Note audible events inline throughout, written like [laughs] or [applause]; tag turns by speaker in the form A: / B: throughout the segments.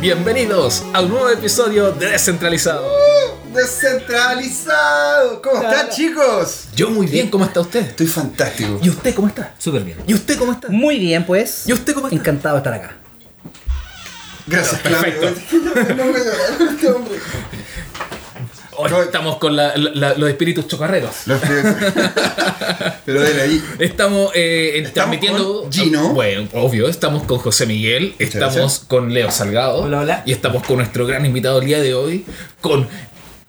A: Bienvenidos a un nuevo episodio de Descentralizado.
B: Descentralizado. ¿Cómo están, chicos?
A: Yo muy bien, ¿cómo está usted?
B: Estoy fantástico.
A: ¿Y usted cómo está?
C: Súper bien.
A: ¿Y usted cómo está?
C: Muy bien, pues.
A: ¿Y usted cómo está?
C: Encantado de estar acá.
B: Gracias, Claudio. [laughs] No me da, este hombre.
A: Hoy
B: Hoy-
A: Oh, estamos con la- la- la- los espíritus chocarreros.
B: Lo sé. Pero de ahí.
A: Estamos, eh, en-
B: Estamos
A: transmitiendo. Ah,
B: con Gino.
A: Bueno, obvio, estamos con José Miguel, estamos
B: gracias.
A: con Leo Salgado.
C: Hola, hola.
A: Y estamos con nuestro gran invitado el día de hoy, con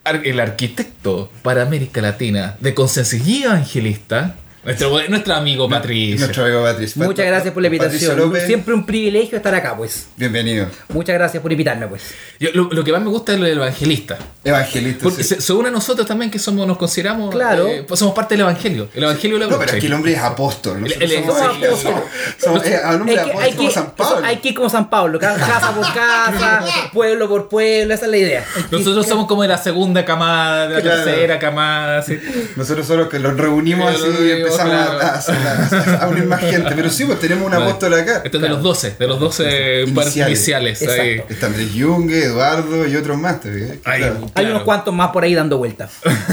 A: ar- el arquitecto para América Latina de Conciencia Evangelista, nuestro, nuestro amigo Patricio.
B: Nuestro amigo Patricio.
C: Muchas gracias por la invitación.
B: Patricio López,
C: Siempre un privilegio estar acá, pues.
B: Bienvenido.
C: Muchas gracias por invitarme, pues.
A: Yo- lo, lo que más me gusta es lo del evangelista.
B: Evangelista.
A: Porque
B: sí.
A: se, se une a nosotros también que somos, nos consideramos.
C: Claro.
A: eh, pues somos parte del evangelio. El evangelio de la
B: No, pero
A: brocha.
B: aquí el hombre es apóstol.
A: El-
B: Nosotros
A: el-
B: somos
A: somos
B: apóstoles.
A: apóstoles.
B: Somos eh, al hombre
C: Hay que,
B: apóstol
C: hay,
B: como
C: que,
B: San Pablo.
C: hay que ir como San
B: [laughs]
C: Pablo, ca- casa por casa, pueblo por pueblo, esa es la idea.
A: Nosotros somos como de la segunda camada, de la
B: Claro.
A: tercera camada. así.
B: Nosotros solo que los reunimos
A: Pero
B: así
A: lo
B: y
A: digo,
B: empezamos a-
A: claro.
B: a, a- a- a unir más gente. Pero sí, pues tenemos un apóstol acá.
A: Este es de los 12, de los 12
B: Iniciales.
A: iniciales. ahí.
B: Está Andrés Jung, Eduardo y otros más. ¿te fijas?
A: Ahí,
B: Claro.
C: Hay
A: claro.
C: unos cuantos más por ahí
B: [laughs]
C: dando vueltas.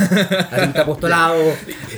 C: Haciendo apostolado,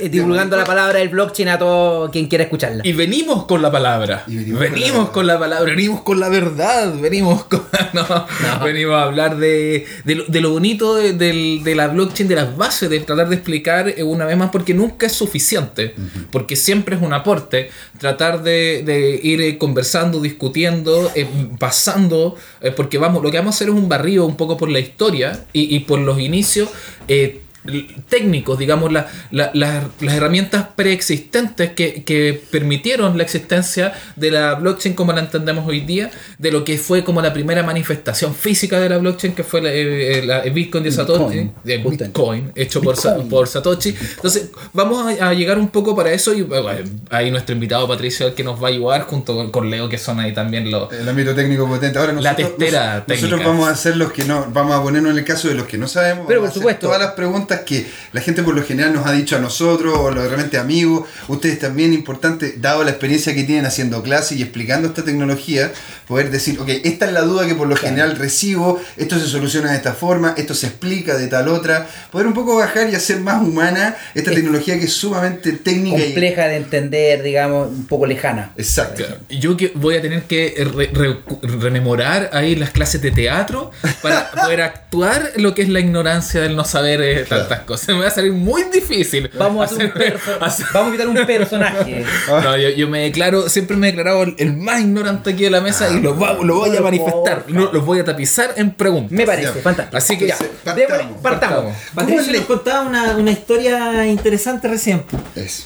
C: eh, divulgando la palabra del blockchain a todo quien quiera escucharla.
A: Y venimos con la palabra.
B: Y
A: venimos
B: venimos
A: con,
B: con
A: la palabra, venimos con la verdad, venimos con- [laughs] no, venimos a hablar de, de, lo, de lo bonito de, del- de la blockchain, de las bases, de tratar de explicar eh, una vez más, porque nunca es suficiente, porque siempre es un aporte, tratar de, de ir eh, conversando, discutiendo, eh, pasando, eh, porque vamos, lo que vamos a hacer es un barrido un poco por la historia y, y por los inicios. eh, l- técnicos, digamos, la- la- las- las herramientas preexistentes que, que permitieron la existencia de la blockchain como la entendemos hoy día, de lo que fue como la primera manifestación física de la blockchain, que fue la, eh, la- el Bitcoin de Satoshi, eh,
C: Bitcoin,
A: de
C: justamente.
A: Bitcoin, hecho por, Sa-
C: Bitcoin.
A: por Satoshi. Entonces, vamos a, a llegar un poco para eso y bueno, ahí nuestro invitado Patricio, el que nos va a ayudar junto con, con Leo, que son ahí también los...
B: El ámbito técnico potente. Ahora nosotros,
A: testera
B: nos-
A: técnica.
B: nosotros vamos a hacer los que no, vamos a ponernos en el caso de los que no sabemos. vamos
C: Pero, por
B: a hacer
C: supuesto.
B: Todas las preguntas que la gente por lo general nos ha dicho a nosotros, o los realmente amigos, ustedes también, importante, dado la experiencia que tienen haciendo clases y explicando esta tecnología, poder decir, ok, esta es la duda que por lo general recibo, esto se soluciona de esta forma, esto se explica de tal otra, poder un poco bajar y hacer más humana esta
C: Es-
B: tecnología que es sumamente técnica y-
C: Compleja de entender, digamos, un poco lejana.
B: Exacto.
A: Yo que voy a tener que re- re- rememorar ahí las clases de teatro para poder actuar lo que es la ignorancia del no saber eh, tantas cosas. [laughs] Me va a salir muy difícil.
C: Vamos a, hacer un
B: [laughs]
C: perso-
A: [laughs] hacer-
C: vamos a invitar un personaje.
A: No, yo, yo me declaro, siempre me he declarado el, el más ignorante aquí de la mesa y lo, va- lo voy a manifestar, lo- los voy a tapizar en preguntas.
C: Me parece,
B: Ya.
C: fantástico.
A: Así que
C: ya,
B: partamos,
C: démosle, partamos.
A: partamos.
D: Patricio nos contaba una, una historia interesante recién.
B: Eso.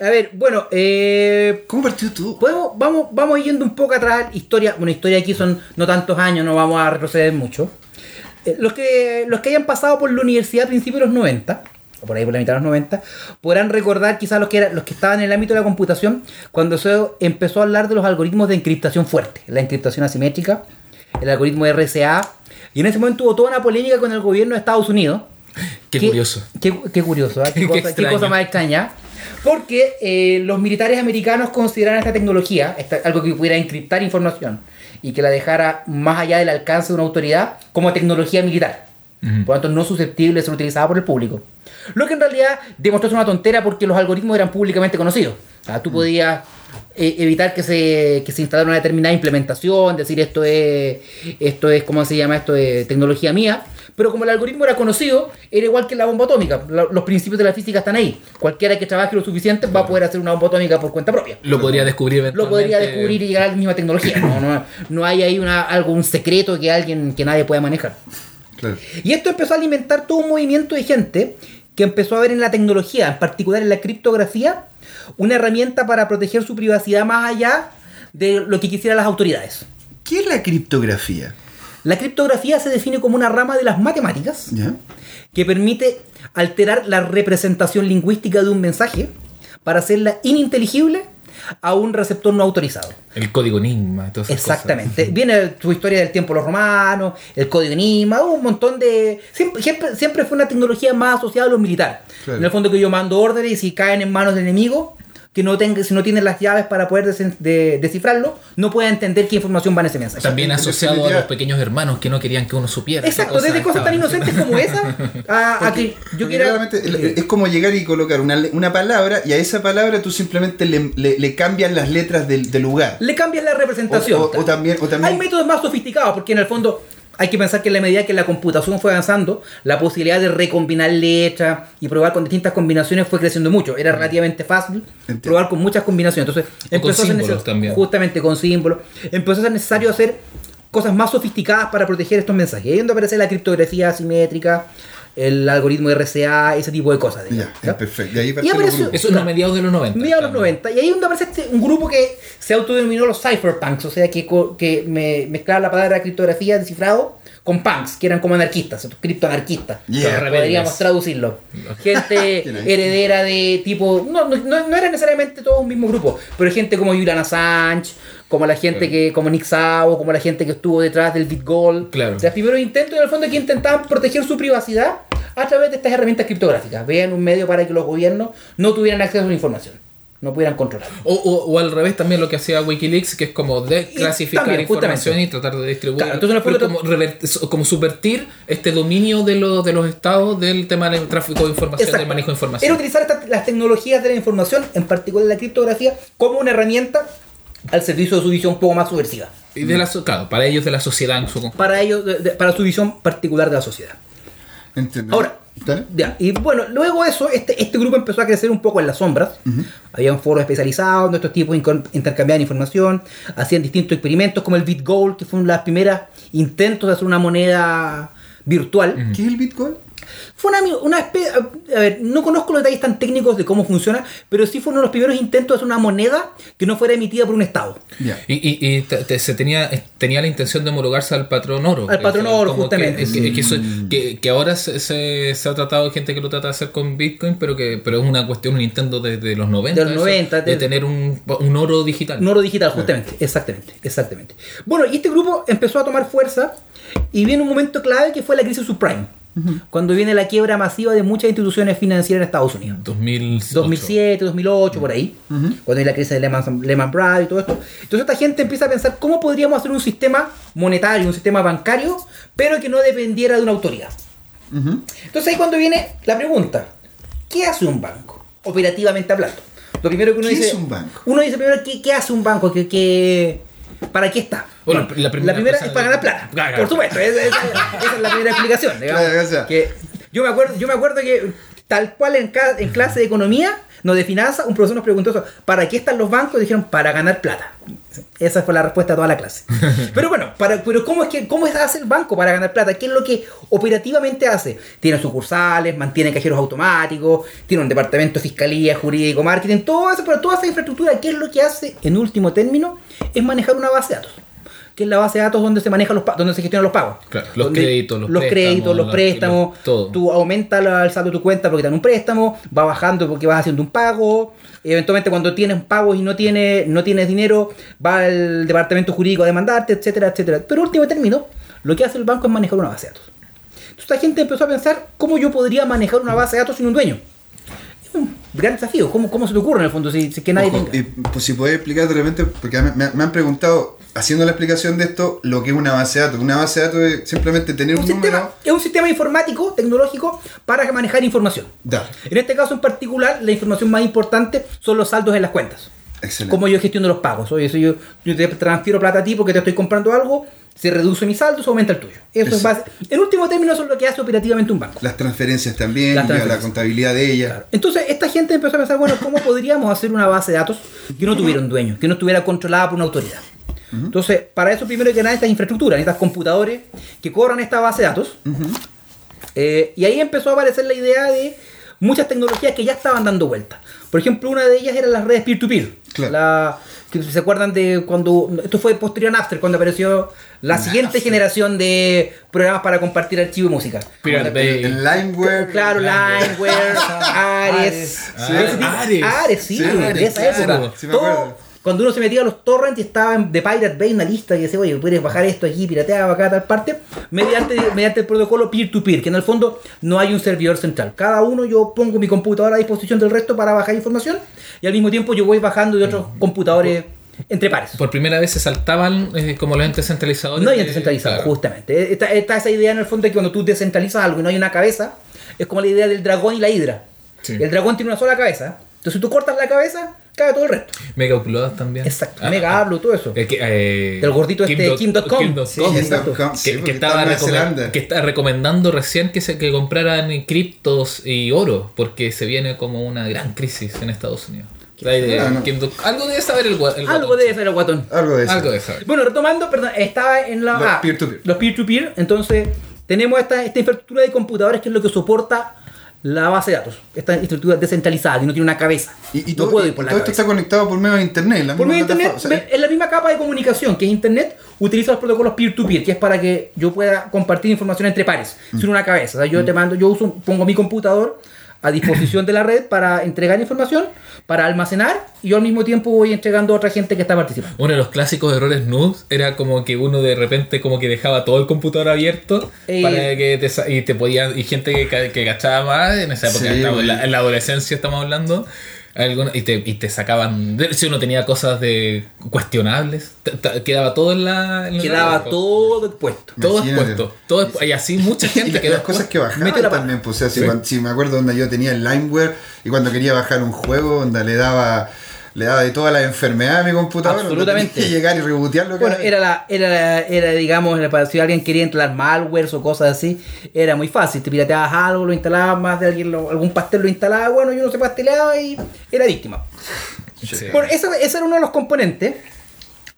C: A ver, bueno, eh,
B: ¿Cómo partió tú?
C: podemos, vamos, vamos yendo un poco atrás. Historia, bueno, historia aquí son no tantos años, no vamos a retroceder mucho. Eh, los, que, los que hayan pasado por la universidad a principios de los 90, o por ahí por la mitad de los 90, podrán recordar quizás los que, era- los que estaban en el ámbito de la computación, cuando se empezó a hablar de los algoritmos de encriptación fuerte, la encriptación asimétrica, el algoritmo RSA, y en ese momento hubo toda una polémica con el gobierno de Estados Unidos.
A: Qué curioso.
C: Qué, qué curioso,
A: [laughs]
C: ¿ah? qué,
A: Qué
C: cosa, qué
A: extraño.
C: cosa más extraña. Porque eh, los militares americanos consideraron esta tecnología, esta- algo que pudiera encriptar información y que la dejara más allá del alcance de una autoridad, como tecnología militar. Por lo tanto, no susceptible de ser utilizada por el público. Lo que en realidad demostró ser una tontera porque los algoritmos eran públicamente conocidos. O sea, tú podías eh, evitar que se, que se instalara una determinada implementación, decir esto es, esto es, ¿cómo se llama? Esto es tecnología mía. Pero como el algoritmo era conocido, era igual que la bomba atómica. La- los principios de la física están ahí. Cualquiera que trabaje lo suficiente va a poder hacer una bomba atómica por cuenta propia.
A: Lo podría descubrir
C: Lo
A: eventualmente.
C: podría descubrir y llegar a la misma tecnología. No, no, no hay ahí una, algún secreto que alguien que nadie pueda manejar.
B: Claro.
C: Y esto empezó a alimentar todo un movimiento de gente que empezó a ver en la tecnología, en particular en la criptografía, una herramienta para proteger su privacidad más allá de lo que quisieran las autoridades.
B: ¿Qué es la criptografía?
C: La criptografía se define como una rama de las matemáticas
B: ¿Ya?
C: que permite alterar la representación lingüística de un mensaje para hacerla ininteligible a un receptor no autorizado.
A: El código enigma, todas esas cosas.
C: Exactamente. Viene tu historia del tiempo de los romanos, el código enigma, un montón de. Siempre, siempre, siempre fue una tecnología más asociada a los militares.
B: Claro.
C: En el fondo que yo mando órdenes y si caen en manos del enemigo, que no tenga, si no tiene las llaves para poder desen- de- descifrarlo, no pueda entender qué información va en ese mensaje.
A: También
B: en
A: asociado a
B: definitiva-
A: los pequeños hermanos que no querían que uno supiera.
C: Exacto, desde cosas
B: [laughs]
C: tan
A: estaban-
C: inocentes como esa a, a que yo
B: Porque
C: quiera...
B: claramente el- es como llegar y colocar una, le- una palabra y a esa palabra tú simplemente le, le- le cambias las letras del, del lugar.
C: le cambian la representación.
B: O- o- o también- o también-
C: Hay métodos más sofisticados, porque en el fondo hay que pensar que en la medida que la computación fue avanzando, la posibilidad de recombinar letras y probar con distintas combinaciones fue creciendo mucho. Era relativamente fácil
B: Entiendo.
C: probar con muchas combinaciones. Entonces,
A: con
C: a ser
A: símbolos
C: neces-
A: también.
C: Justamente con símbolos. Empezó a ser necesario hacer cosas más sofisticadas para proteger estos mensajes. Ahí es donde aparece la criptografía asimétrica, el algoritmo RCA, ese tipo de cosas. digamos,
B: Ya,
C: ¿ya?
B: es perfecto. De ahí
C: Y
B: parte
C: apareció-
B: lo
A: Eso es a mediados de los 90.
C: Medio de los
A: Claro.
C: 90. Y ahí es donde aparece este- un grupo que se autodenominó los cypherpunks, o sea, que, co- que me, mezclaba la palabra criptografía descifrado con punks, que eran como anarquistas, estos criptoanarquistas.
B: Yeah.
C: Entonces,
A: Rebeldes.
C: Podríamos traducirlo.
A: [laughs]
B: Qué
C: Gente
B: nice.
C: heredera de tipo. No, no, no, no era necesariamente todos un mismo grupo, pero gente como Julian Assange, como la gente
A: Claro.
C: que. como Nick Szabo, como la gente que estuvo detrás del BitGold.
A: Claro.
C: O sea, primeros intentos en el fondo que intentaban proteger su privacidad a través de estas herramientas criptográficas. Vean un medio para que los gobiernos no tuvieran acceso a la información, no pudieran controlarla.
A: O, o- o al revés también lo que hacía Wikileaks, que es como desclasificar
C: también,
A: información
C: justamente.
A: y tratar de distribuir.
C: Claro, entonces, en el
A: pero
C: fondo,
A: como, revert- so- como subvertir este dominio de, lo- de los estados del tema del tráfico de información, del
C: Exacto.
A: manejo de información.
C: Era utilizar estas- las tecnologías de la información, en particular la criptografía, como una herramienta al servicio de su visión un poco más subversiva.
A: Y de la, so- claro, para ellos de la sociedad en su conjunto.
C: Para ellos, de- de- para su visión particular de la sociedad.
B: Entiendo.
C: Ahora,
B: ¿Dale?
C: ya, y bueno, luego de eso, este, este grupo empezó a crecer un poco en las sombras. Había un foro especializado donde estos tipos incon- intercambiaban información, hacían distintos experimentos, como el BitGold, que fue uno de los primeros intentos de hacer una moneda virtual.
B: ¿Qué es el Bitcoin?
C: Fue una, una especie. A ver, no conozco los detalles tan técnicos de cómo funciona, pero sí fue uno de los primeros intentos de hacer una moneda que no fuera emitida por un Estado.
B: Ya.
A: Y, y- y te- te- se tenía, tenía la intención de homologarse al patrón oro.
C: Al patrón
A: Eso,
C: oro,
A: como que-
C: justamente.
A: Que, que eso- que- que ahora se, se- se ha tratado de gente que lo trata de hacer con Bitcoin, pero que pero es una cuestión, un intento desde los 90.
C: De los 90,
A: de
C: de-
A: tener un, un oro digital.
C: Un oro digital, justamente. Exactamente, exactamente. Bueno, y este grupo empezó a tomar fuerza y viene un momento clave que fue la crisis subprime, cuando viene la quiebra masiva de muchas instituciones financieras en Estados Unidos.
A: 2008.
C: 2007, 2008, por ahí, cuando hay la crisis de Lehman, Lehman Brothers y todo esto. Entonces esta gente empieza a pensar cómo podríamos hacer un sistema monetario, un sistema bancario, pero que no dependiera de una autoridad. Entonces ahí cuando viene la pregunta, ¿qué hace un banco? Operativamente hablando. Lo primero que uno
B: ¿Qué
C: dice...
B: es un banco?
C: Uno dice primero, ¿qué, qué hace un banco? ¿Qué, qué- para qué está?
A: Bueno,
C: Bueno,
A: la
C: la
A: primera
C: primera,
A: cosa-
C: es para ganar plata.
A: Claro, claro.
C: Por supuesto, esa, esa- esa es la primera explicación. digamos,
B: Claro, gracias.
C: que yo me acuerdo, yo me acuerdo que tal cual en, ca- en clase de economía, no de finanzas, un profesor nos preguntó eso, ¿para qué están los bancos? Y dijeron, para ganar plata. Esa fue la respuesta a toda
B: [laughs]
C: la clase. Pero bueno, para, pero ¿cómo es que cómo es- hace el banco para ganar plata? ¿Qué es lo que operativamente hace? Tiene sucursales, mantiene cajeros automáticos, tiene un departamento de fiscalía, jurídico, marketing, todo eso, pero toda esa infraestructura, ¿qué es lo que hace en último término? Es manejar una base de datos que es la base de datos donde se manejan los pa- donde se gestionan los pagos.
A: Claro, los
C: Donde-
A: créditos, los préstamos,
C: créditos, los
A: la-
C: préstamos,
A: los- todo.
C: Tú aumentas la- el saldo de tu cuenta porque te dan un préstamo, va bajando porque vas haciendo un pago. Eventualmente cuando tienes pagos y no tienes, no tienes dinero, va el departamento jurídico a demandarte, etcétera, etcétera. Pero en último término, lo que hace el banco es manejar una base de datos. Entonces la gente empezó a pensar cómo yo podría manejar una base de datos sin un dueño. Es un gran desafío. ¿Cómo, cómo se te ocurre en el fondo si, si es que nadie
B: Ojo,
C: tenga?
B: y, pues si podés explicar de repente, porque me, me- me han preguntado, haciendo la explicación de esto, lo que es una base de datos. Una base de datos es simplemente tener un,
C: Un
B: número.
C: sistema, es un sistema informático, tecnológico, para manejar información.
B: Da.
C: En este caso en particular, la información más importante son los saldos en las cuentas.
B: Excelente.
C: Cómo yo gestiono los pagos. Oye, si yo, yo te transfiero plata a ti porque te estoy comprando algo, se reduce mi saldo, se aumenta el tuyo. Eso es base.
B: Exacto.
C: En último término, eso es lo que hace operativamente un banco.
B: Las transferencias también,
C: Las
B: ya, la
C: transferencias.
B: contabilidad de ellas.
C: Entonces, esta gente empezó a pensar, bueno, ¿cómo podríamos hacer una base de datos que no tuviera un dueño, que no estuviera controlada por una autoridad? Entonces, para eso primero hay que nada estas infraestructuras, estas computadores que corran esta base de datos. Eh, y ahí empezó a aparecer la idea de muchas tecnologías que ya estaban dando vueltas. Por ejemplo, una de ellas eran las redes peer-to-peer.
B: Claro.
C: La- que se acuerdan de cuando. Esto fue posterior a Napster, cuando apareció la siguiente generación de programas para compartir archivo y música.
A: Pirate Bay.
B: El LimeWare.
C: Claro, Lineware, Ares.
A: Ares.
C: Ares, sí,
A: Ares,
C: Ares, sí,
A: Ares,
C: de esa
A: claro.
C: época.
B: Sí, me acuerdo.
C: Todo, Cuando uno se metía a los torrents y estaba en The Pirate Bay una lista y decía, oye, puedes bajar esto aquí, pirateaba acá, tal parte, mediante, mediante el protocolo peer-to-peer, que en el fondo no hay un servidor central. Cada uno yo pongo mi computadora a disposición del resto para bajar información y al mismo tiempo yo voy bajando de otros computadores entre pares.
A: Por primera vez se saltaban eh, como los entes centralizadores.
C: No hay
A: de-
C: entes centralizados,
A: claro.
C: justamente. E-, Está, está esa idea en el fondo de que cuando tú descentralizas algo y no hay una cabeza, es como la idea del dragón y la hidra.
A: Sí.
C: El dragón tiene una sola cabeza. Entonces, si tú cortas la cabeza, cae todo el resto.
A: Mega Upload también.
C: Exacto.
A: Ah,
C: Mega hablo, todo eso.
A: eh, que, eh,
C: Del gordito este,
A: dot-
C: Kim.com.
A: Kim.com.
C: Sí, sí, exacto.
B: Exacto.
A: Que,
B: Ah, Sí,
A: que
B: porque está
A: estaba
B: en Nueva
A: recome-
B: Zelanda.
A: que está recomendando recién que se que compraran en criptos y oro, porque se viene como una gran crisis en Estados Unidos. La idea-
B: Ah, no.
A: Kim.com. Algo debe saber el, gua- el
C: Algo
A: guatón.
C: debe ser el guatón.
B: Algo de eso.
A: Algo debe saber.
C: Bueno, retomando, perdón, estaba en la,
B: Los
C: ah,
B: peer-to-peer.
C: los peer-to-peer. Entonces, tenemos esta, esta infraestructura de computadores que es lo que soporta la base de datos. Esta infraestructura descentralizada que no tiene una cabeza.
B: Y, y
C: no
B: todo,
C: puedo
B: y
C: ir por la
B: todo esto
C: cabeza.
B: está conectado por medio de internet. la
C: Por medio de
B: misma
C: internet,
B: plataforma, o sea,
C: ve- es la misma capa de comunicación que es internet, utiliza los protocolos peer-to-peer, que es para que yo pueda compartir información entre pares, sin una cabeza. O sea, yo te mando, yo uso, pongo mi computador a disposición de la red para entregar información, para almacenar, y yo al mismo tiempo voy entregando a otra gente que está participando.
A: Uno de los clásicos errores noobs era como que uno de repente como que dejaba todo el computador abierto
C: Eh.
A: para que te, sa- y te podían y gente que, ca- que gastaba más en esa época
B: Sí,
A: estaba en, la,
B: güey.
A: en la adolescencia estamos hablando alguna- y, te, y te sacaban de- si uno tenía cosas de cuestionables ta- ta- quedaba todo en la en la-
C: Quedaba todo expuesto.
A: todo
B: Imagínate.
A: expuesto todo expu- y así mucha
B: [laughs] y
A: gente
B: la-
A: quedó
B: las cosas que
A: expuesta.
C: Mete la
B: bajaban
C: pata.
B: también, pues, o sea, si, cuando- si me acuerdo donde yo tenía el limeware y cuando quería bajar un juego, onda le daba le daba de todas las enfermedades a mi computador, onda,
C: Absolutamente.
B: tenía que llegar y rebotearlo.
C: Bueno,
B: cada vez.
C: era, la, era, la- era, digamos, la- para si alguien quería instalar malwares o cosas así, era muy fácil. Te pirateabas algo, lo instalabas más de alguien, lo- algún pastel lo instalaba, bueno, y uno se pasteleaba y era víctima.
A: Sí.
C: Bueno, ese, ese era uno de los componentes.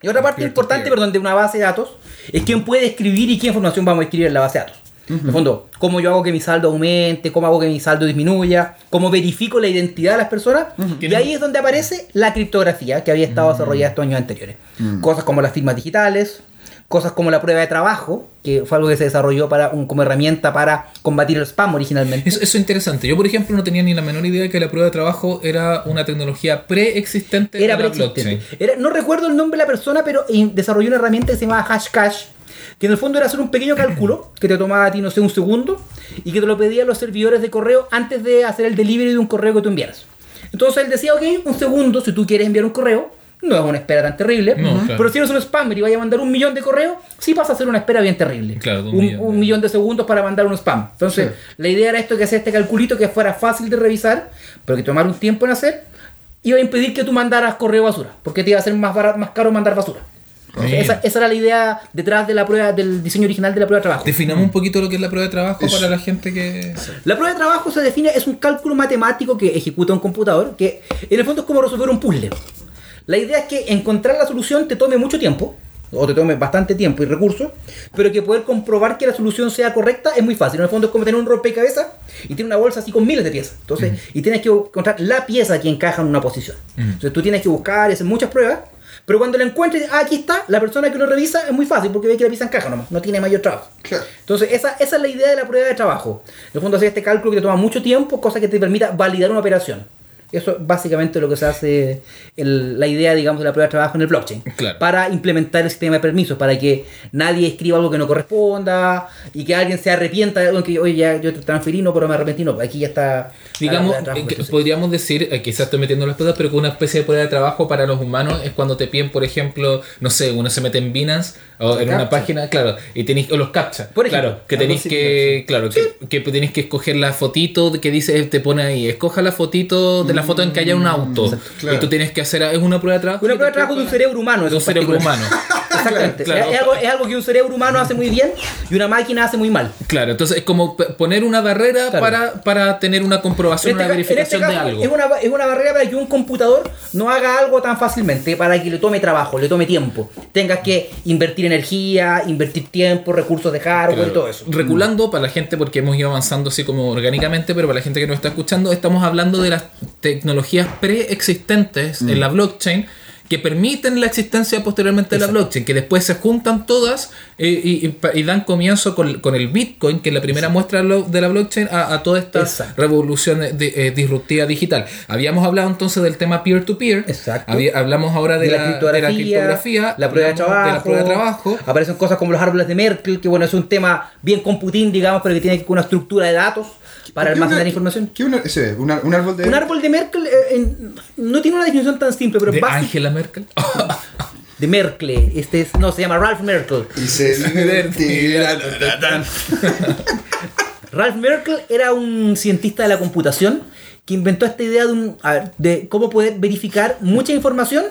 C: Y otra parte importante, perdón, de una base de datos es quién puede escribir y qué información vamos a escribir en la base de datos. En el fondo, cómo yo hago que mi saldo aumente, cómo hago que mi saldo disminuya, cómo verifico la identidad de las personas. Y ahí es donde aparece la criptografía que había
A: Mm.
C: estado desarrollada estos años anteriores. Cosas como las firmas digitales, cosas como la prueba de trabajo, que fue algo que se desarrolló para un- como herramienta para combatir el spam originalmente.
A: Eso, eso es interesante. Yo, por ejemplo, no tenía ni la menor idea de que la prueba de trabajo era una tecnología preexistente
C: Era
A: de la
C: preexistente.
A: blockchain.
C: Era- no recuerdo el nombre de la persona, pero in- desarrolló una herramienta que se llamaba Hashcash, que en el fondo era hacer un pequeño
A: [clears throat]
C: cálculo que te tomaba a ti, no sé, un segundo, y que te lo pedían los servidores de correo antes de hacer el delivery de un correo que tú enviaras. Entonces él decía, ok, un segundo, si tú quieres enviar un correo, no es una espera tan terrible,
A: No,
C: Ujú.
A: claro.
C: pero si eres un spammer y vayas a mandar un millón de correos, sí vas a hacer una espera bien terrible.
A: Claro, de
C: un,
A: un millón.
C: un millón de segundos para mandar un spam. Entonces, la idea era esto que hacía este calculito que fuera fácil de revisar, pero que tomara un tiempo en hacer, iba a impedir que tú mandaras correo basura, porque te iba a ser más, barato, más caro mandar basura. Entonces,
A: Mira.
C: Esa, esa era la idea detrás de la prueba del diseño original de la prueba de trabajo.
A: Definamos un poquito lo que es la prueba de trabajo
B: Eso.
A: para la gente que.
C: La prueba de trabajo se define, es un cálculo matemático que ejecuta un computador, que en el fondo es como resolver un puzzle. La idea es que encontrar la solución te tome mucho tiempo, o te tome bastante tiempo y recursos, pero que poder comprobar que la solución sea correcta es muy fácil. En el fondo es como tener un rompecabezas y tiene una bolsa así con miles de piezas. Entonces, y tienes que encontrar la pieza que encaja en una posición. Entonces tú tienes que buscar y hacer muchas pruebas. Pero cuando la encuentres, ah, aquí está, la persona que lo revisa es muy fácil porque ve que la pieza encaja nomás, no tiene mayor trabajo.
B: Claro.
C: Entonces, esa, esa es la idea de la prueba de trabajo. En el fondo, hacer este cálculo que te toma mucho tiempo, cosa que te permita validar una operación. Eso es básicamente lo que se hace, el- la idea, digamos, de la prueba de trabajo en el blockchain.
A: Claro.
C: Para implementar el sistema de permisos, para que nadie escriba algo que no corresponda y que alguien se arrepienta de algo que, oye, ya, yo te transferí, no, pero me arrepentí, no. Aquí ya está.
A: Digamos,
C: la prueba de trabajo,
A: eh, que
C: entonces.
A: podríamos decir, eh, quizás estoy metiendo las cosas, pero que una especie de prueba de trabajo para los humanos es cuando te piden, por ejemplo, no sé, uno se mete en Binance o
C: Los
A: en una
C: captcha.
A: página, claro, y tenéis, o los captcha,
C: Por ejemplo,
A: claro, que
D: algo
A: tenéis que, claro, que, que tenéis que escoger la fotito de que dice, te pone ahí, escoja la fotito de la foto en que haya un auto,
B: claro.
A: y tú tienes que hacer, es una prueba de trabajo.
C: Mm, Una
A: que
C: prueba de
A: te
C: trabajo de un cerebro humano.
A: de
C: eso
A: un
C: en
A: cerebro
C: particular.
A: humano.
C: [laughs] Exactamente.
A: Claro.
C: Es, algo, es algo que un cerebro humano hace muy bien y una máquina hace muy mal.
A: Claro, entonces es como p- poner una barrera
C: Claro.
A: para, para tener una comprobación,
C: En
A: una
C: este ca- en este
A: verificación de
C: caso,
A: algo.
C: Es una, es una barrera para que un computador no haga algo tan fácilmente, para que le tome trabajo, le tome tiempo. Tengas que invertir energía, invertir tiempo, recursos de hardware
A: Claro.
C: y todo eso.
A: Reculando para la gente, porque hemos ido avanzando así como orgánicamente, pero para la gente que
C: Mm.
A: nos está escuchando, estamos hablando de las tecnologías preexistentes en la blockchain que permiten la existencia posteriormente de la blockchain, que después se juntan todas eh, y, y pa- y dan comienzo con, con el Bitcoin, que es la primera muestra de lo- de la blockchain, a, a toda esta
C: Exacto.
A: revolución eh, de- eh, disruptiva digital. Habíamos hablado entonces del tema peer-to-peer,
C: Exacto.
A: Había- hablamos ahora de, la, de la criptografía,
C: la prueba de
A: hablamos
C: trabajo,
A: de la prueba de trabajo.
C: Aparecen cosas como los árboles de Merkel, que bueno, es un tema bien computín, digamos, pero que tiene que ver con una estructura de datos para almacenar información.
B: ¿Qué una- ese, un, ar- un árbol de.?
C: Un árbol de Merkel eh, en- no tiene una definición tan simple, pero
A: de
C: básicamente
A: Angela
C: [laughs]
A: Merkel.
C: de Merkel, este es, no, se llama Ralph Merkel.
B: y
C: [laughs]
B: se divertirá.
C: Ralph Merkel era un cientista de la computación que inventó esta idea de, un, a ver, de cómo poder verificar mucha información,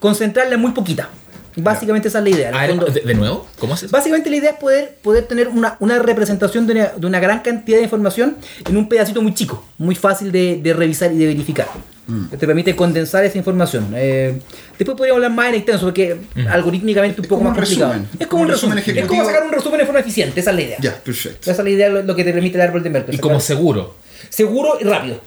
C: concentrarla en muy poquita. Básicamente esa es la idea. en el
A: Ah,
C: fondo-
A: ¿de, de nuevo? ¿Cómo haces?
C: Básicamente la idea es poder, poder tener una, una representación de una, de una gran cantidad de información en un pedacito muy chico, muy fácil de, de revisar y de verificar.
B: Mm.
C: Que te permite condensar esa información. Eh, después podríamos hablar más en extenso, porque algorítmicamente
B: Mm. Es
C: un poco
B: como
C: más
B: un
C: complicado.
B: resumen.
C: Es como un resumen. Es como
B: ejecutivo.
C: sacar un resumen de forma eficiente, esa es la idea.
B: Ya, perfecto.
C: Esa es la idea, lo, lo que te permite el árbol de Merkel.
A: Y como
C: sacar-
A: seguro.
C: seguro y rápido.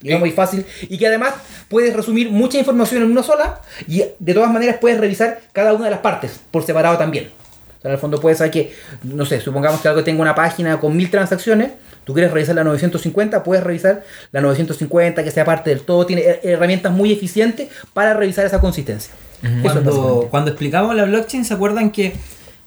C: Y es muy fácil. Y que además puedes resumir mucha información en una sola y de todas maneras puedes revisar cada una de las partes por separado también. O sea, en el fondo puedes saber que, no sé, supongamos que algo tenga una página con mil transacciones, tú quieres revisar la 950, puedes revisar la 950 que sea parte del todo. Tiene her- herramientas muy eficientes para revisar esa consistencia. Eso es básicamente.
D: Cuando, cuando explicamos la blockchain, ¿se acuerdan que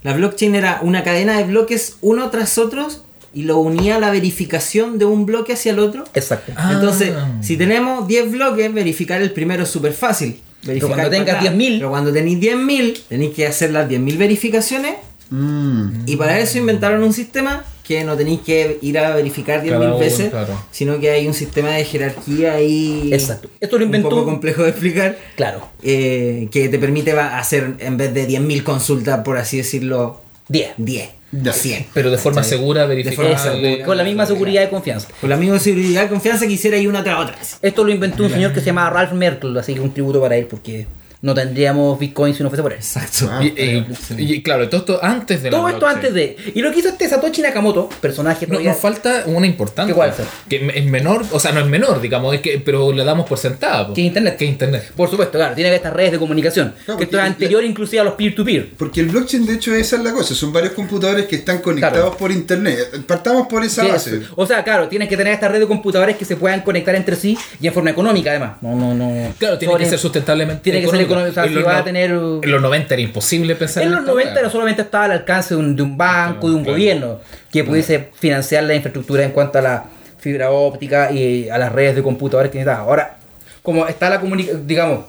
D: la blockchain era una cadena de bloques uno tras otro y lo unía a la verificación de un bloque hacia el otro?
C: Exacto.
A: Ah.
D: Entonces, si tenemos 10 bloques, verificar el primero es súper fácil. Verificar
C: cuando
D: para
C: tengas
D: atrás.
C: 10.000.
D: Pero cuando tenéis 10.000, tenéis que hacer las 10.000 verificaciones.
B: Mm.
D: Y para eso inventaron un sistema que no tenéis que ir a verificar
A: Cada
D: 10.000
A: uno,
D: veces,
A: claro.
D: sino que hay un sistema de jerarquía ahí.
C: Exacto. Esto lo inventó-
D: Un poco complejo de explicar.
C: Claro.
D: eh, que te permite va- hacer, en vez de 10.000 consultas, por así decirlo,
C: 10.
D: 10.
B: Ya.
D: 100.
A: Pero de forma
D: ¿Cachai?
A: segura, verificable.
D: forma segura.
C: Con la misma seguridad y confianza.
D: Con la misma seguridad y confianza que hiciera ahí una tras otra.
C: Esto lo inventó un señor que se llamaba Ralph Merkel, así que un tributo para él, porque no tendríamos Bitcoin si no fuese por él.
D: Exacto.
B: Ah,
A: Y, eh, y, claro, todo esto antes de la
C: Todo esto
A: blockchain.
C: antes de. Y lo que hizo este Satoshi Nakamoto, personaje
A: No,
C: todavía-
A: nos falta una importante.
C: ¿Qué cuál fue?
A: que me- es menor, o sea, no es menor, digamos, es que, pero la damos por sentada. po.
C: Que es internet.
A: Que es internet.
C: Por supuesto, claro, tiene que estas redes de comunicación.
B: Claro,
C: que esto es
B: porque-
C: anterior inclusive a los peer-to-peer.
B: Porque el blockchain, de hecho, esa es la cosa. Son varios computadores que están conectados
C: Claro.
B: por internet. Partamos por esa
C: Que-
B: base.
C: O sea, claro, tienes que tener esta red de computadores que se puedan conectar entre sí y en forma económica, además. No, no, no.
A: Claro, tiene
C: Sobre-
A: que ser sustentablemente.
C: Tiene que ser
A: económico.
C: económico. O sea,
A: En
C: si
A: los
C: va a
A: no-
C: tener. uh,
A: En los 90 era imposible pensar
C: En
A: en
C: los
A: esta
C: 90
A: weá.
C: no solamente estaba al alcance de un, de un banco, de un
A: Claro.
C: gobierno, que pudiese financiar la infraestructura en cuanto a la fibra óptica y a las redes de computadores que necesitaba. Ahora, como está la comunicación, digamos,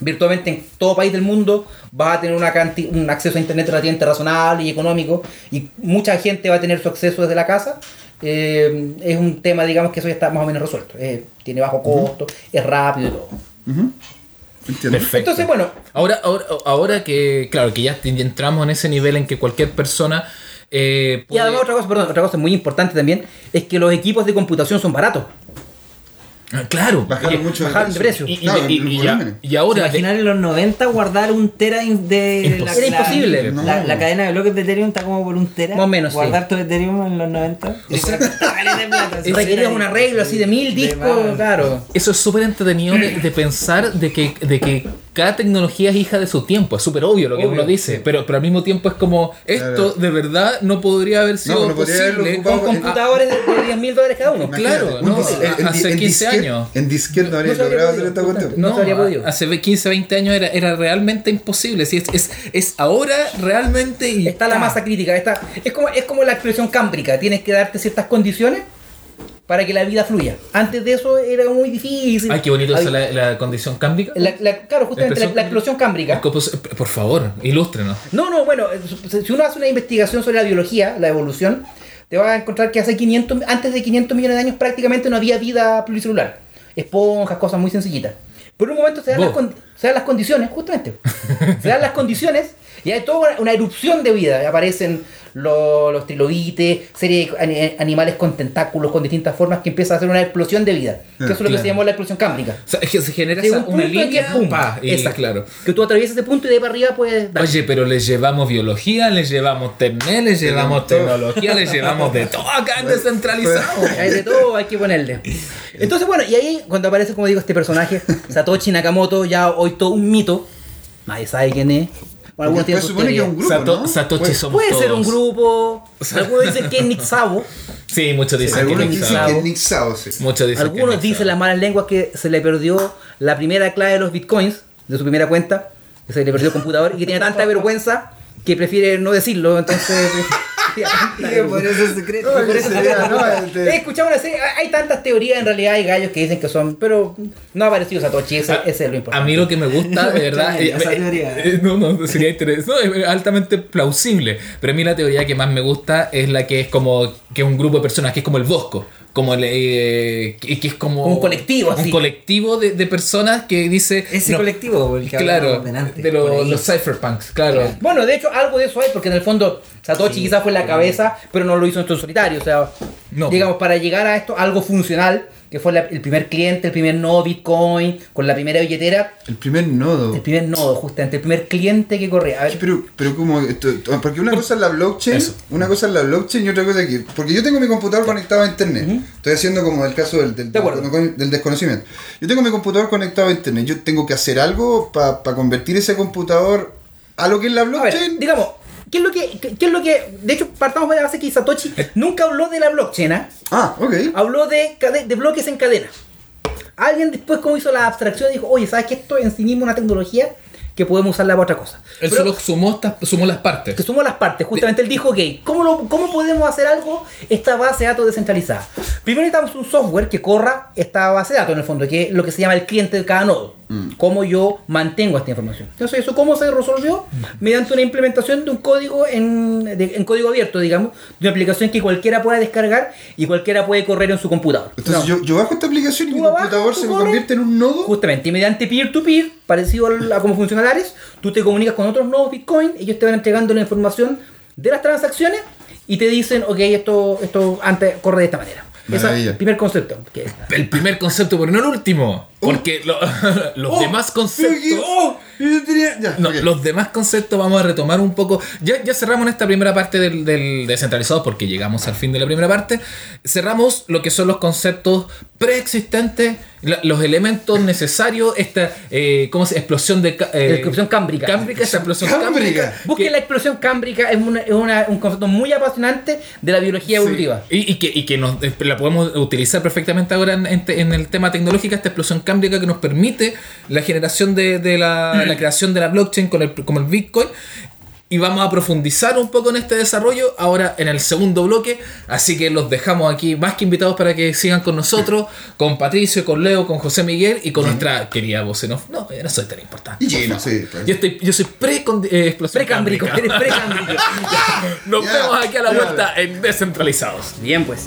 C: virtualmente en todo país del mundo vas a tener una canti- un acceso a internet relativamente razonable y económico y mucha gente va a tener su acceso desde la casa. Eh, es un tema, digamos, que eso ya está más o menos resuelto. Eh, tiene bajo costo, es rápido y todo.
B: ¿Entiendes?
A: Perfecto.
C: Entonces, bueno,
A: Ahora, ahora, ahora que, claro, que ya te- ya entramos en ese nivel en que cualquier persona. eh,
C: Y
A: puede-
C: además otra cosa, perdón, otra cosa muy importante también es que los equipos de computación son baratos.
A: Ah, Claro.
B: Bajaron
A: Y-
B: mucho
C: bajaron de precio.
A: y- y-
B: Claro,
A: y-
B: los
A: y- y-
B: volúmenes.
A: y ahora. de-
D: Imaginar en los 90 guardar un tera in- de la,
A: Imposible.
C: Era imposible.
D: La, la-
B: No.
D: la cadena de bloques de Ethereum está como por un tera.
C: Más o menos, sí.
D: Guardar tu Ethereum en los 90. [laughs]
C: Y requerías un arreglo así de mil discos, claro.
A: Eso es súper entretenido de, de pensar de que, de que cada tecnología es hija de su tiempo. Es súper obvio lo que
C: Obvio,
A: uno dice, pero, pero al mismo tiempo es como esto
B: Claro.
A: de verdad no podría haber sido
B: no podría haberlo
A: posible.
B: ocupado
A: con-
B: en-
A: con- ah,
C: Computadores de, de 10 mil dólares cada uno.
B: Imagínate,
A: claro,
B: un
A: no,
B: dis-
A: a-
B: en-
A: hace
B: en
A: 15
B: disquete-
A: años.
B: En disquete no habría
C: No se habría
B: logrado hacer
C: podido,
B: esta cuestión.
C: no se habría
A: a-
C: podido.
A: Hace 15, 20 años era, era realmente imposible. Sí, es, es, es ahora realmente. Y
C: Está la masa crítica, está, es, como, es como la expresión cámbrica, tienes que darte ciertas condiciones para que la vida fluya. Antes de eso era muy difícil.
A: Ay, qué bonito
C: Había-
A: esa la, la condición cámbica.
C: la- la- Claro, justamente la,
A: Expresión-
C: la explosión cámbrica.
A: Por favor, ilústrenos.
C: No, no, bueno, eh, si si uno hace una investigación sobre la biología, la evolución, te vas a encontrar que hace 500, antes de 500 millones de años prácticamente no había vida pluricelular. Esponjas, cosas muy sencillitas. Por un momento se dan, las,
A: Vos. [laughs]
C: con- se dan las condiciones, justamente, se dan las condiciones Y hay toda una, una erupción de vida. Aparecen lo- los trilobites, serie de ani- eh, animales con tentáculos, con distintas formas, que empieza a hacer una explosión de vida. Que eso es lo
A: Ah,
C: que
A: Claro.
C: se llamó la explosión cámbrica.
A: O sea, es que se genera
C: Llega
A: esa,
C: un punto
A: una
C: en que
A: línea.
C: pum,
A: pa, y
C: esa.
A: claro.
C: Que tú atraviesas ese punto y de ahí para arriba pues, puedes dar.
A: Oye, pero les llevamos biología, les llevamos Temné, les llevamos
B: todo.
A: tecnología, les llevamos de todo acá en descentralizado.
C: Hay de todo, hay que ponerle. Entonces, bueno, y ahí cuando aparece, como digo, este personaje, Satoshi Nakamoto, ya hoy todo un mito. Nadie sabe quién es. Bueno,
B: Porque
C: algunos tienen
B: después
C: sus
B: supone que es
C: teorías.
B: un grupo,
A: Sato-
B: ¿no?
A: Satoshi
B: Pues,
A: somos
C: Puede ser un
A: todos.
C: grupo. Algunos dicen que es
B: [laughs]
C: Nitsabo.
A: Sí, muchos dicen que
B: Algunos
A: Nick
B: dicen
A: Sabo.
B: que es Nick Sao, sí.
A: Muchos dicen que
C: Algunos
A: Nick
C: dicen
A: Sabo.
C: las malas lenguas que se le perdió la primera clave de los bitcoins, de su primera cuenta, que se le perdió el computador y que
B: [laughs]
C: tiene tanta vergüenza que prefiere no decirlo. Entonces.
D: [laughs]
C: [laughs]
D: Por eso es secreto.
B: No, que se vea, ¿no? El
C: He
B: de-
C: escuchado una serie, hay tantas teorías en realidad, hay gallos que dicen que son, pero no ha aparecido Satoshi, ese, ese
A: Ah,
C: es lo
A: A
C: importante.
A: mí lo que me
C: [laughs]
A: gusta, de verdad,
D: Extraña esa
A: eh,
D: teoría.
A: eh, no, no, sería interesante, no, es altamente plausible, pero a mí la teoría que más me gusta es la que es como que un grupo de personas, que es como el Bosco, como el, eh, que, que es como
C: Un colectivo,
A: un
C: así.
A: colectivo de, de personas que dice,
D: Ese
A: no,
D: colectivo, el que
A: claro,
D: hablábamos delante,
A: de
D: por
A: los-
D: ahí. [laughs]
A: los cypherpunks, claro.
C: Bueno, de hecho, algo de eso hay, porque en el fondo Satoshi quizás fue la cabeza, pero no lo hizo en su solitario. O sea,
A: No.
C: digamos, para llegar a esto, algo funcional, que fue la- el primer cliente, el primer nodo Bitcoin, con la primera billetera,
B: El primer nodo.
C: el primer nodo, justamente, el primer cliente que corría. A ver,
B: Pero, pero como esto- to- porque una cosa es la blockchain,
A: Eso.
B: una cosa es la blockchain y otra cosa que porque yo tengo mi computador conectado a internet. Estoy haciendo como el caso del, del,
C: De acuerdo.
B: del- del desconocimiento. Yo tengo mi computador conectado a internet. Yo tengo que hacer algo para convertir ese computador a lo que es la
C: a ver,
B: blockchain.
C: digamos, ¿qué es lo que, qué, qué es lo que, de hecho, partamos de la base que Satoshi nunca habló de la blockchain, ¿ah?
B: ah, ok.
C: habló de, cade- de bloques en cadena. Alguien después, como hizo la abstracción, dijo, oye, ¿sabes que esto en sí mismo es una tecnología que podemos usarla para otra cosa?
A: Él
C: Pero-
A: solo sumó, estas- sumó las partes.
C: que somos las partes. Justamente él dijo, ok, ¿cómo, lo- ¿cómo podemos hacer algo esta base de datos descentralizada? Primero necesitamos un software que corra esta base de datos en el fondo, que es lo que se llama el cliente de cada nodo. Cómo yo mantengo esta información. Entonces, ¿eso cómo se resolvió? Mediante una implementación de un código en, de- en código abierto, digamos, de una aplicación que cualquiera pueda descargar y cualquiera puede correr en su computador.
B: Entonces
C: No.
B: yo, yo bajo esta aplicación y
C: Tú
B: mi
C: abajo,
B: computador
C: tú
B: se me
C: corres.
B: convierte en un nodo.
C: Justamente, y mediante peer-to-peer, parecido al- a cómo funciona Lares, tú te comunicas con otros nodos Bitcoin, ellos te van entregando la información de las transacciones y te dicen, ok, esto, esto antes corre de esta manera. Ese es
B: Maravilla.
C: el primer concepto. que-
A: El primer concepto, pero no el último, porque lo- [laughs] los
B: Oh,
A: demás
B: pero que-
A: conceptos...
B: oh, yo tenía- ya,
A: No,
B: ok.
A: Los demás conceptos vamos a retomar un poco. Ya, ya cerramos en esta primera parte del, del descentralizado porque llegamos al fin de la primera parte. Cerramos lo que son los conceptos preexistentes, la- los elementos necesarios, esta eh, ¿cómo se, explosión de... ca- eh,
C: Explosión cámbrica.
A: Cámbrica, esa explosión
B: Cámbrica.
A: cámbrica.
C: Busquen la explosión cámbrica, es, una- es una- un concepto muy apasionante de la biología
B: Sí.
C: evolutiva.
A: Y, y que, y que nos, eh, la podemos utilizar perfectamente ahora en, en te- en el tema tecnológico, esta explosión cámbrica que nos permite la generación de, de la, la creación de la blockchain con el, como el Bitcoin. Y vamos a profundizar un poco en este desarrollo ahora en el segundo bloque. Así que los dejamos aquí más que invitados para que sigan con nosotros, con Patricio, con Leo, con José Miguel y con nuestra querida voz en off. No, yo no soy tan importante.
B: Y lleno, sí. pues.
A: Yo, estoy, yo soy eh, pre-explosión
C: Precámbrico,
A: cámbrica. [laughs]
C: eres precámbrico.
A: Nos
B: Ya,
A: vemos aquí a la
B: ya.
A: vuelta en Descentralizados.
C: Bien, pues.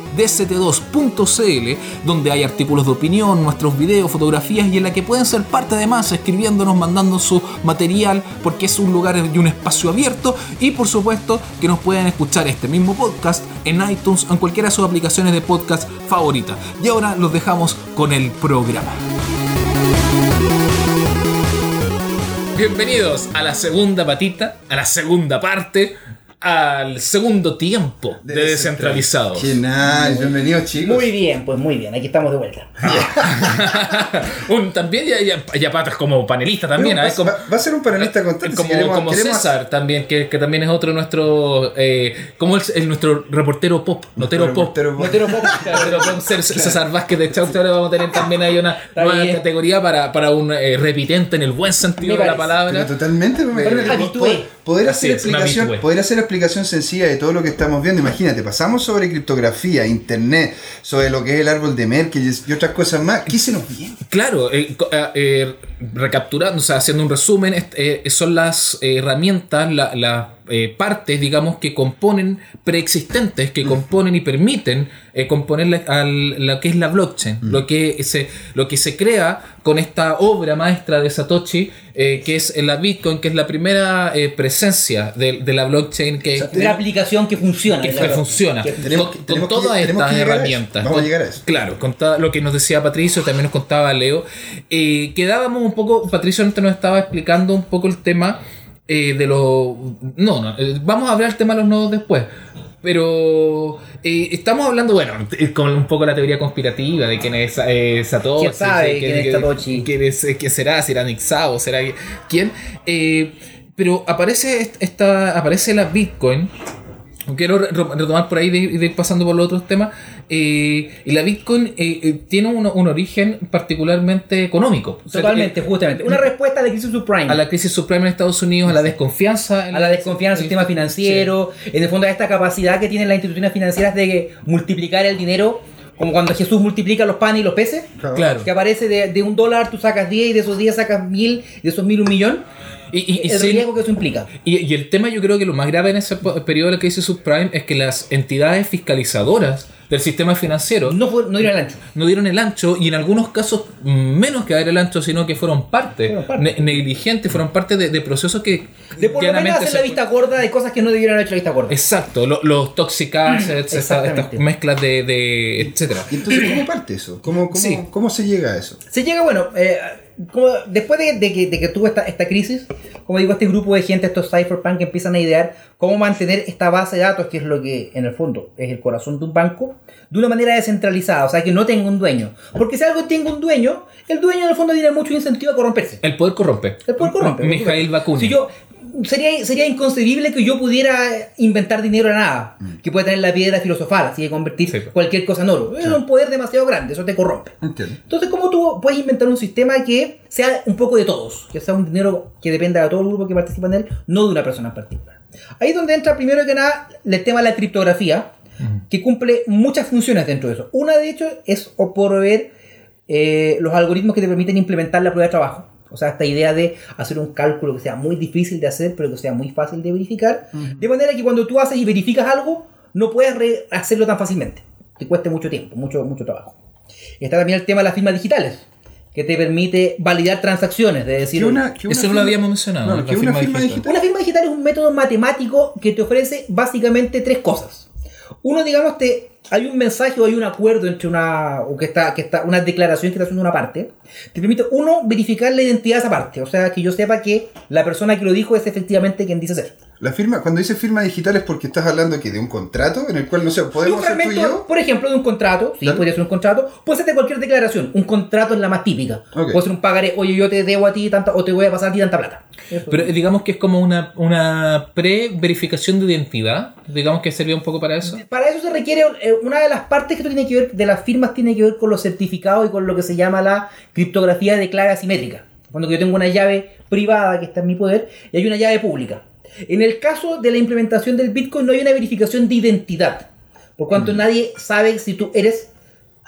A: dct2.cl, donde hay artículos de opinión, nuestros videos, fotografías y en la que pueden ser parte además escribiéndonos, mandando su material, porque es un lugar y un espacio abierto y por supuesto que nos pueden escuchar este mismo podcast en iTunes o en cualquiera de sus aplicaciones de podcast favorita. Y ahora los dejamos con el programa. Bienvenidos a la segunda patita, a la segunda parte, al segundo tiempo de, descentralizados.
B: Qué nice, bienvenidos chicos.
C: Muy bien, pues muy bien, aquí estamos de vuelta.
A: [laughs] Un- también ya, ya, ya patas como panelista también.
B: No,
A: a ver,
B: va,
A: como- eh,
B: va- va a ser un panelista constante.
A: como,
B: si queremos,
A: como
B: queremos-
A: César también, que, que también es otro de nuestro eh, como el, el- nuestro reportero pop, [laughs] notero
B: Pero-
A: pop.
B: pero-
C: Notero Pop.
A: Notero pop, César- César Vázquez de Chau, ahora vamos a tener también ahí una nueva
C: bien.
A: categoría para, para un eh, repitente en el buen sentido
C: Me
A: de la
C: parece.
B: pero
A: palabra.
B: totalmente, me imagino que
C: habitué.
B: pod- Poder
A: Así
B: hacer,
A: es, una
B: explicación,
A: midway.
B: poder hacer explicación sencilla de todo lo que estamos viendo. Imagínate, pasamos sobre criptografía, internet, sobre lo que es el árbol de Merkel y- y otras cosas más. ¿Qué se nos viene?
A: Claro, eh, co- eh, eh, recapturando, o sea, haciendo un resumen, est- eh, son las eh, herramientas, la- las eh, partes, digamos, que componen preexistentes, que componen y permiten eh, componer la, al- lo que es la blockchain, lo, que se, lo que se crea con esta obra maestra de Satoshi, eh, que es la Bitcoin, que es la primera eh, presencia de, de la blockchain que...
C: Una aplicación que funciona.
A: este, que
C: la verdad.
A: funciona
C: Que-
B: Tenemos
A: con,
B: que- tenemos
A: con
B: que-
A: todas
B: tenemos
A: estas
B: que llegar a eso.
A: herramientas.
B: Vamos a
A: Con-
B: llegar a eso.
A: Claro, con ta- lo que nos decía Patricio, también nos contaba Leo. Eh, quedábamos un poco, Patricio antes nos estaba explicando un poco el tema eh, de los... No, no, eh, vamos a hablar el tema de los nodos después. Pero eh, estamos hablando, bueno, eh, con un poco la teoría conspirativa de quién es eh, Satoshi.
C: ¿Quién sabe
A: sí,
C: quién es Satoshi?
A: quién es- eh, quién será, será Nick Szabo, será quién. Eh, pero aparece est- esta, aparece la Bitcoin Quiero re- re- retomar por ahí de, de ir pasando por los otros temas. Eh, y la Bitcoin eh, eh, tiene un, un origen particularmente económico. O sea,
C: Totalmente,
A: eh,
C: justamente. Una respuesta a la crisis subprime.
A: a la crisis subprime en Estados Unidos, a la desconfianza. en
C: a la desconfianza del sistema financiero, en el fondo a esta capacidad que tienen las instituciones financieras de multiplicar el dinero, como cuando Jesús multiplica los panes y los peces,
A: Claro.
C: que aparece de, de un dólar, tú sacas 10 y de esos 10 sacas mil, de esos mil un millón,
A: Y, y- y
C: el
A: sin-
C: riesgo que eso implica.
A: y- y el tema, yo creo que lo más grave en ese po- periodo de la crisis subprime es que las entidades fiscalizadoras del sistema financiero
C: No, fue- no ir al ancho.
A: no dieron el ancho y en algunos casos menos que dar el ancho, sino que fueron parte,
C: Fueron parte.
A: ne- negligentes, fueron parte de, de procesos que...
C: De por lo menos
A: llanamente
C: hacer
A: se-
C: la vista gorda de cosas que no debieron haber hecho la vista gorda.
A: Exacto, lo- los toxic
C: [clears throat]
A: assets, esa- estas
C: Exactamente.
A: mezclas de, de etcétera.
B: Y entonces, ¿cómo parte eso? ¿Cómo, cómo,
A: Sí.
B: cómo se llega a eso?
C: Se llega, bueno, eh, como después de, de que, de que tuvo esta, esta crisis, como digo, este grupo de gente, estos cypherpunk, que empiezan a idear cómo mantener esta base de datos, que es lo que en el fondo es el corazón de un banco, de una manera descentralizada, o sea, que no tenga un dueño. Porque si algo tiene un dueño, el dueño en el fondo tiene mucho incentivo a corromperse.
A: El poder corrompe.
C: El poder corrompe.
A: Mijail Bakunin.
C: Si yo, sería, sería inconcebible que yo pudiera inventar dinero de nada, que pueda tener la piedra filosofal, así de convertir
A: Mm. Sí.
C: cualquier cosa en oro. Es un poder demasiado grande, eso te corrompe.
B: Entiendo.
C: Entonces, ¿cómo tú puedes inventar un sistema que sea un poco de todos? Que sea un dinero que dependa de todo el grupo que participa en él, no de una persona en particular. Ahí es donde entra primero que nada el tema de la criptografía, que cumple muchas funciones dentro de eso. Una de hecho es o proveer eh, los algoritmos que te permiten implementar la prueba de trabajo. O sea, esta idea de hacer un cálculo que sea muy difícil de hacer, pero que sea muy fácil de verificar. De manera que cuando tú haces y verificas algo, no puedes re- hacerlo tan fácilmente. Te cueste mucho tiempo, mucho, mucho trabajo. Está también el tema de las firmas digitales, que te permite validar transacciones, de decir,
A: Eso no lo habíamos mencionado,
B: No,
A: la
B: que una
A: firma
B: firma
A: digital.
B: digital.
C: una firma digital es un método matemático que te ofrece básicamente tres cosas. Uno, digamos, te, hay un mensaje o hay un acuerdo entre una, o que está, que está, una declaración que está haciendo una parte. Te permite, uno, verificar la identidad de esa parte. O sea, que yo sepa que la persona que lo dijo es efectivamente quien dice ser.
B: La firma, cuando dice firma digital es porque estás hablando que de un contrato en el cual, no sé,
C: Y un
B: podemos ser tú y
C: fragmento,
B: yo.
C: por ejemplo, de un contrato, sí,
B: Claro.
C: podría ser un contrato, puede ser de cualquier declaración. Un contrato es la más típica.
B: Ok.
C: Puede ser un pagaré, oye, yo te debo a ti tanta, o te voy a pasar a ti tanta plata. Eso.
A: Pero eh, digamos que es como una, una pre-verificación de identidad. Digamos que servía un poco para eso.
C: Para eso se requiere eh, una de las partes que esto tiene que ver de las firmas tiene que ver con los certificados y con lo que se llama la criptografía de clave asimétrica. Cuando yo tengo una llave privada que está en mi poder y hay una llave pública. En el caso de la implementación del Bitcoin no hay una verificación de identidad, por
D: Mm.
C: cuanto nadie sabe si tú eres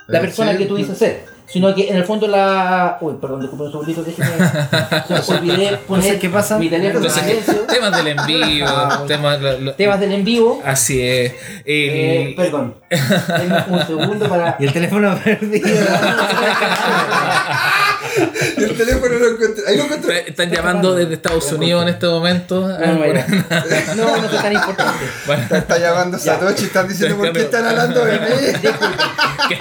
C: la
B: Eh,
C: persona
B: sí,
C: que tú
B: sí.
C: dices ser, sino que en el fondo la uy, perdón, disculpen un segundito que
D: [laughs]
C: se me- olvidé poner
D: ¿qué pasa?
C: mi teléfono en
A: Entonces,
C: silencio, Ah,
A: temas del envío, temas... lo- lo-
C: temas del en vivo.
A: Así es. El-
C: Eh, perdón, Denme un segundo para
D: Y el teléfono perdido.
B: El teléfono lo encuentro. Ahí lo
A: [laughs]
B: encuentro.
A: te- Están llamando desde Estados Unidos en este momento.
C: [laughs] No, no, era. no, no fue tan importante.
A: [laughs] Bueno,
B: Está, está llamando Satoshi, están diciendo por qué están hablando de mí.
A: que,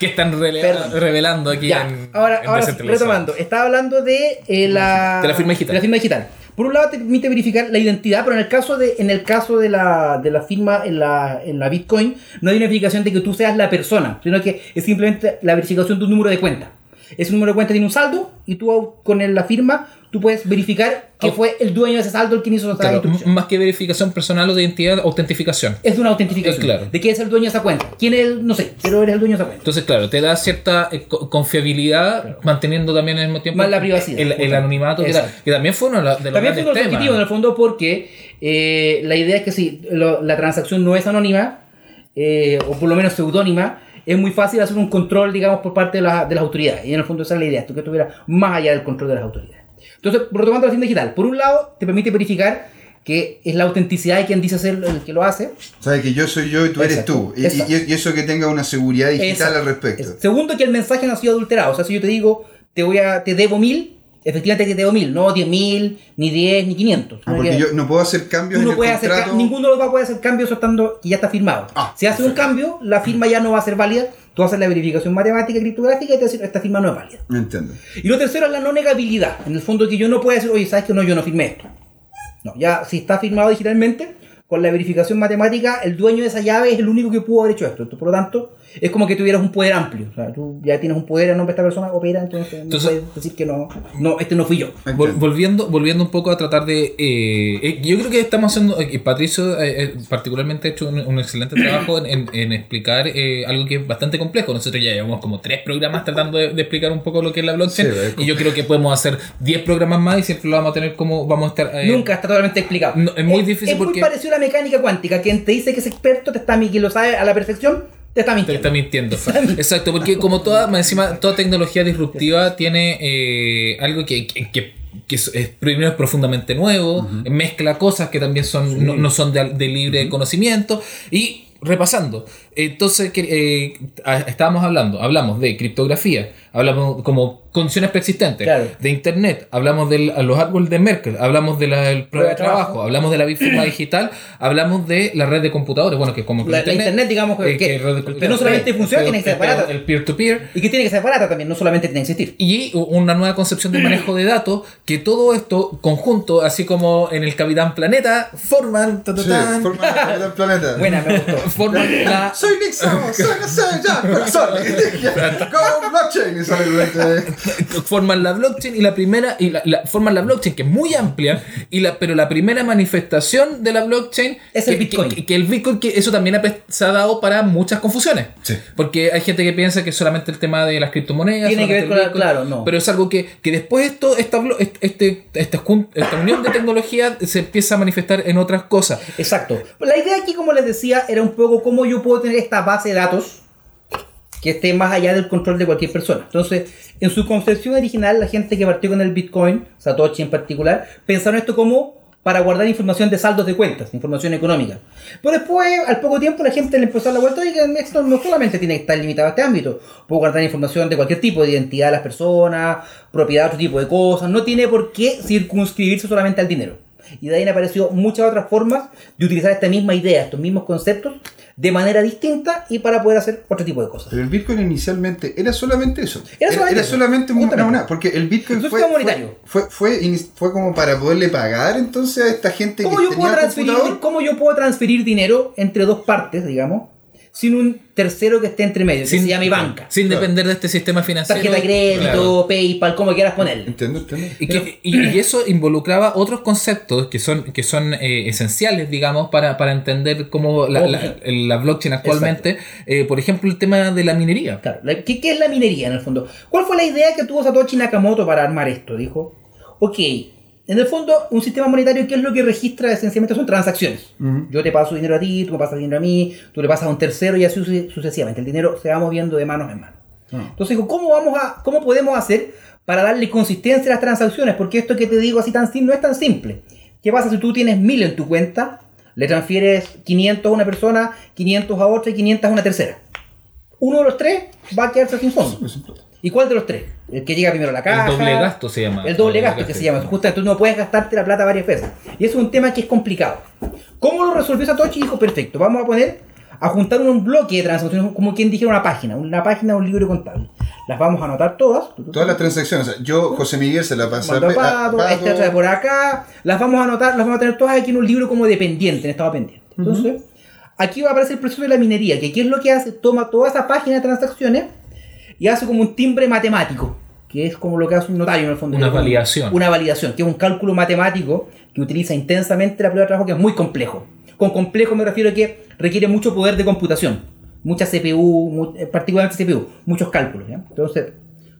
A: que están rele-
C: Perdón.
A: revelando aquí
C: Ya,
A: en-
C: ahora,
A: en
C: ahora sí,
A: Decentralizado.
C: retomando, estaba hablando de, eh, la,
A: De la firma digital.
C: de la firma digital. Por un lado te permite verificar la identidad, pero en el caso de, en el caso de la, de la firma en la, en la Bitcoin, no hay una verificación de que tú seas la persona, sino que es simplemente la verificación de un número de cuenta. Ese número de cuenta tiene un saldo y tú au- con el- la firma tú puedes verificar que
A: Au-
C: fue el dueño de ese saldo el que hizo esa
A: Claro, m-
C: instrucción.
A: más que verificación personal o de identidad, autentificación.
C: Es de una autentificación.
A: Eh, claro.
C: De quién es el dueño de esa cuenta. ¿Quién es el, no sé, pero eres el dueño de esa cuenta?
A: Entonces, claro, te da cierta eh, co- confiabilidad, manteniendo también al mismo tiempo
C: Más la privacidad,
A: el, el
C: justamente.
A: anonimato, que, era-
C: Exacto.
A: que también fue uno de los de los
C: También fue
A: grandes
C: uno de los
A: temas.
C: objetivos en el fondo porque eh, la idea es que si lo- la transacción no es anónima, eh, o por lo menos pseudónima, es muy fácil hacer un control, digamos, por parte de, la- de las autoridades. Y en el fondo esa es la idea, tú que estuviera más allá del control de las autoridades. Entonces, retomando la firma digital, por un lado te permite verificar que es la autenticidad de quien dice ser el que lo hace.
B: O sea, que yo soy yo y tú eres
C: Exacto,
B: tú. Y, y-
C: exacto.
B: y eso que tenga una seguridad digital
C: Exacto.
B: al respecto.
C: Exacto. Segundo, que el mensaje no ha sido adulterado. O sea, si yo te digo, te voy a, te debo mil, efectivamente te debo mil, no diez mil, ni diez, ni quinientos.
B: Ah, porque yo no puedo hacer cambios
C: Tú
B: en
C: no
B: el
C: puedes hacer,
B: contrato.
C: ca- ninguno de los dos puede hacer cambios estando que ya está firmado.
B: Ah,
C: si hace un cambio, la firma ya no va a ser válida. Tú haces la verificación matemática y criptográfica y te dicen, esta firma no es válida.
B: No entiendo.
C: Y lo tercero es la no negabilidad. En el fondo que yo no puedo decir, oye, ¿sabes que no? Yo no firmé esto. No, ya si está firmado digitalmente, con la verificación matemática, el dueño de esa llave es el único que pudo haber hecho esto. Entonces, por lo tanto, es como que tuvieras un poder amplio. O sea, tú ya tienes un poder en nombre de esta persona, opera, entonces,
A: Entonces-
C: no puedes decir que no, no, este no fui yo.
A: Vol- volviendo, volviendo un poco a tratar de. eh, eh, yo creo que estamos haciendo. eh, Patricio, eh, eh, particularmente, ha hecho un, un excelente trabajo en, en- en explicar eh, algo que es bastante complejo. Nosotros ya llevamos como tres programas tratando de, de explicar un poco lo que es la blockchain.
B: Sí, es
A: y yo creo que podemos hacer 10 programas más y siempre lo vamos a tener como. Vamos a estar. eh,
C: Nunca está totalmente explicado.
A: no, es muy difícil
C: es
A: porque-
C: muy parecido a la mecánica cuántica. Quien te dice que es experto, te está mi- quien lo sabe a la perfección, te está
A: Te
C: mintiendo.
A: está mintiendo. Exacto, porque como toda, más encima, toda tecnología disruptiva tiene eh, algo que, que, que- que es, es- primero es profundamente nuevo, mezcla cosas que también son, no, no son de, de libre conocimiento y repasando. Entonces, que, eh, a- estábamos hablando, hablamos de criptografía, hablamos como condiciones preexistentes,
C: Claro.
A: de internet, hablamos de los árboles de Merkel, hablamos de la del prueba de trabajo, hablamos de la Big Pharma digital, hablamos de la red de computadores, bueno, que como
C: La- la internet, digamos, que- que-
A: red-
C: que no solamente funciona, tiene que ser barata.
A: el peer-to-peer.
C: Y que tiene que ser barata también, no solamente tiene que existir.
A: Y una nueva concepción de manejo de datos, que todo esto conjunto, así como en el Capitán Planeta, forman, ta, ta,
B: Sí,
A: tan,
B: forma el planeta- el planeta.
C: [laughs] Buena,
A: [laughs]
C: me gustó.
A: forman la...
B: Soy Nick
C: [laughs]
B: Samos, soy soy ya, corazón. [laughs] Go blockchain. Y sale el momento
A: [laughs] forman la blockchain y la primera y la, la- forman la blockchain que es muy amplia y la pero la primera manifestación de la blockchain
C: Es
A: que,
C: el Bitcoin.
A: que, que el bitcoin que eso también ha pe- se ha dado para muchas confusiones
B: Sí.
A: porque hay gente que piensa que solamente el tema de las criptomonedas
C: Tiene que ver
A: solamente
C: con
A: el
C: la- claro, no.
A: pero es algo que, que después esto esta, blo- est- este, esta, jun- esta unión de tecnología se empieza a manifestar en otras cosas
C: Exacto. La idea aquí, como les decía, era un poco cómo yo puedo tener esta base de datos que esté más allá del control de cualquier persona. Entonces, en su concepción original, la gente que partió con el Bitcoin, Satoshi en particular, pensaron esto como para guardar información de saldos de cuentas, información económica. Pero después, al poco tiempo, la gente le empezó a dar la vuelta y que esto no solamente tiene que estar limitado a este ámbito. Puedo guardar información de cualquier tipo, de identidad de las personas, propiedad de otro tipo de cosas. No tiene por qué circunscribirse solamente al dinero. Y de ahí han aparecido muchas otras formas de utilizar esta misma idea, estos mismos conceptos, de manera distinta y para poder hacer otro tipo de cosas.
B: Pero el Bitcoin inicialmente era solamente eso.
C: Era solamente eso.
B: solamente una-
C: Justamente.
B: una moneda, Porque el Bitcoin
C: Entonces
B: fue,
C: era
B: fue,
C: monetario.
B: fue, fue, ini- fue como para poderle pagar entonces a esta gente
C: ¿Cómo
B: que
C: yo,
B: tenía
C: puedo transferir,
B: computador.
C: ¿Cómo yo puedo transferir dinero entre dos partes, digamos, sin un tercero que esté entre medio, que se llame banca?
A: sin
B: Claro.
A: depender de este sistema financiero
C: Tarjeta de crédito,
A: Claro.
C: PayPal, como quieras ponerle.
B: Entiendo, entiendo.
A: Y, que- y-
C: [clears throat]
A: y eso involucraba otros conceptos que son, que son eh, esenciales, digamos, para, para entender cómo la,
C: Cómo
A: la-
C: funciona.
A: la blockchain actualmente. Eh, por ejemplo, el tema de la minería.
C: Claro, la- ¿qué, qué es la minería en el fondo? ¿Cuál fue la idea que tuvo Satoshi Nakamoto para armar esto? Dijo, ok, en el fondo un sistema monetario, ¿qué es lo que registra esencialmente? Son transacciones. Yo te paso dinero a ti, tú me pasas dinero a mí, tú le pasas a un tercero y así suce- sucesivamente. El dinero se va moviendo de manos en manos. Entonces dijo, ¿cómo, vamos a, ¿cómo podemos hacer para darle consistencia a las transacciones? Porque esto que te digo así tan simple no es tan simple. ¿Qué pasa si tú tienes mil en tu cuenta? Le transfieres 500 a una persona, 500 a otra y 500 a una tercera uno de los tres va a quedarse sin fondo. ¿Y cuál de los tres? El que llega primero a la caja.
A: doble gasto se llama.
C: El doble gasto que se llama. Justamente tú no puedes gastarte la plata varias veces. Y es un tema que es complicado. ¿Cómo lo resolvió Satoshi? Dijo, perfecto, vamos a poner a juntar un bloque de transacciones, como quien dijera una página, una página, un libro contable. Las vamos a anotar todas.
B: Todas las transacciones. O sea, yo, José Miguel, se la pasaba
C: Mando a Pato,
B: a
C: esta otra
B: Pato.
C: por acá. Las vamos a anotar, las vamos a tener todas aquí en un libro como dependiente, en estado pendiente. Entonces, aquí va a aparecer el proceso de la minería, que aquí es lo que hace, toma toda esa página de transacciones y hace como un timbre matemático, que es como lo que hace un notario en el fondo.
A: Una
C: Es como
A: validación.
C: Una validación, que es un cálculo matemático que utiliza intensamente la prueba de trabajo, que es muy complejo. Con complejo me refiero a que requiere mucho poder de computación, mucha CPU, mu- eh, particularmente CPU, muchos cálculos. ¿ya? Entonces,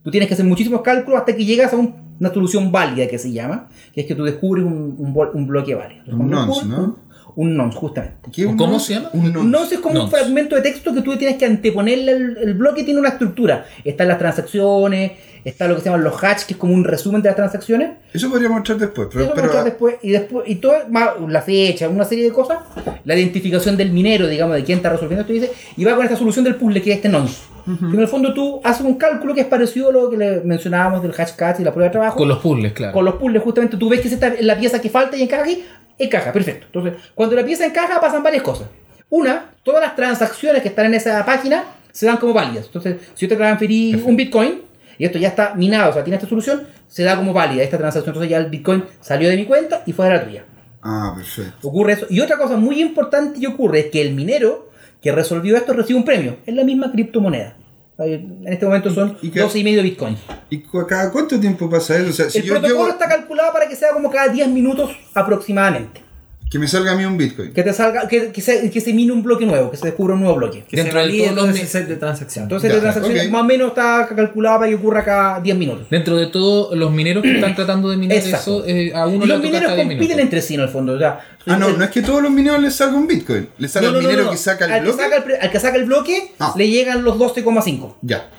C: tú tienes que hacer muchísimos cálculos hasta que llegas a un- una solución válida que se llama, que es que tú descubres un, un bol- un bloque válido. Entonces,
B: Un
C: cuando
B: nonce,
C: descubres
B: ¿no?
C: Un un nonce, justamente.
B: ¿Qué, un
A: ¿Cómo
B: nonce?
A: se llama?
B: Un nonce.
C: No, es como un
A: Nonce.
C: fragmento de texto que tú tienes que anteponerle al el bloque, tiene una estructura. Están las transacciones, está lo que se llaman los hatch, que es como un resumen de las transacciones.
B: Eso podría mostrar después, pero,
C: Eso lo
B: pero-
C: muestras después, y después, y todo, más la fecha, una serie de cosas, la identificación del minero, digamos, de quién está resolviendo esto, dice, y va con esta solución del puzzle, que es este nonce. Que en el fondo tú haces un cálculo que es parecido a lo que le mencionábamos del hatch catch y la prueba de trabajo
A: Con los puzzles, claro.
C: con los puzzles, justamente tú ves que es esta- la pieza que falta y encaja aquí, encaja, perfecto. Entonces, cuando la pieza encaja, pasan varias cosas. Una, todas las transacciones que están en esa página se dan como válidas. Entonces, si yo te transferí un Bitcoin y esto ya está minado, o sea, tiene esta solución, se da como válida esta transacción. Entonces, ya el Bitcoin salió de mi cuenta y fue a la tuya.
B: Ah, perfecto.
C: Ocurre eso. Y otra cosa muy importante que ocurre es que el minero que resolvió esto recibe un premio. Es la misma criptomoneda. En este momento son
B: ¿Y qué?
C: 12 y medio bitcoins.
B: ¿Y cu- cada cuánto tiempo pasa eso? O sea, si
C: el
B: yo
C: protocolo
B: llevo-
C: está calculado para que sea como cada 10 minutos aproximadamente.
B: que me salga a mí un Bitcoin.
C: Que te salga, que, que se, que se mine un bloque nuevo, que se descubra un nuevo bloque.
D: Que
A: Dentro
D: se
A: de
D: valide
A: todos
D: todo
A: los
D: ese
A: me-
D: set de transacciones.
C: Entonces
B: Ya,
C: la transacción
B: ok.
C: más o menos está calculada para que ocurra cada 10 minutos.
A: Dentro de todos los mineros que
C: [clears throat]
A: están tratando de minar
C: Exacto.
A: eso, eh, a uno le
C: Y los
A: toca
C: mineros
A: cada 10
C: compiten
A: minutos.
C: entre sí en el fondo. o sea,
B: Ah, no,
C: el-
B: no es que todos los mineros les salga un Bitcoin. Les salga
C: no, no,
B: el
C: no,
B: minero
C: no.
B: que saca
C: al
B: el bloque.
C: Que saca el, pre- al que saca el bloque
B: Ah.
C: le llegan los 12,5.
B: Ya.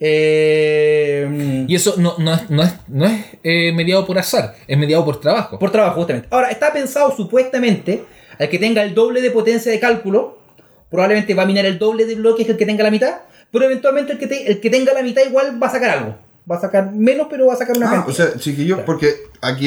C: Eh,
A: Y eso no, no es, no es, no es eh, mediado por azar, es mediado por trabajo.
C: Por trabajo, justamente. Ahora, está pensado supuestamente al que tenga el doble de potencia de cálculo, probablemente va a minar el doble de bloques que el que tenga la mitad, pero eventualmente el que, te- el que tenga la mitad igual va a sacar algo. Va a sacar menos, pero va a sacar una
B: Ah,
C: cantidad.
B: o sea, chiquillos,
C: Claro.
B: porque aquí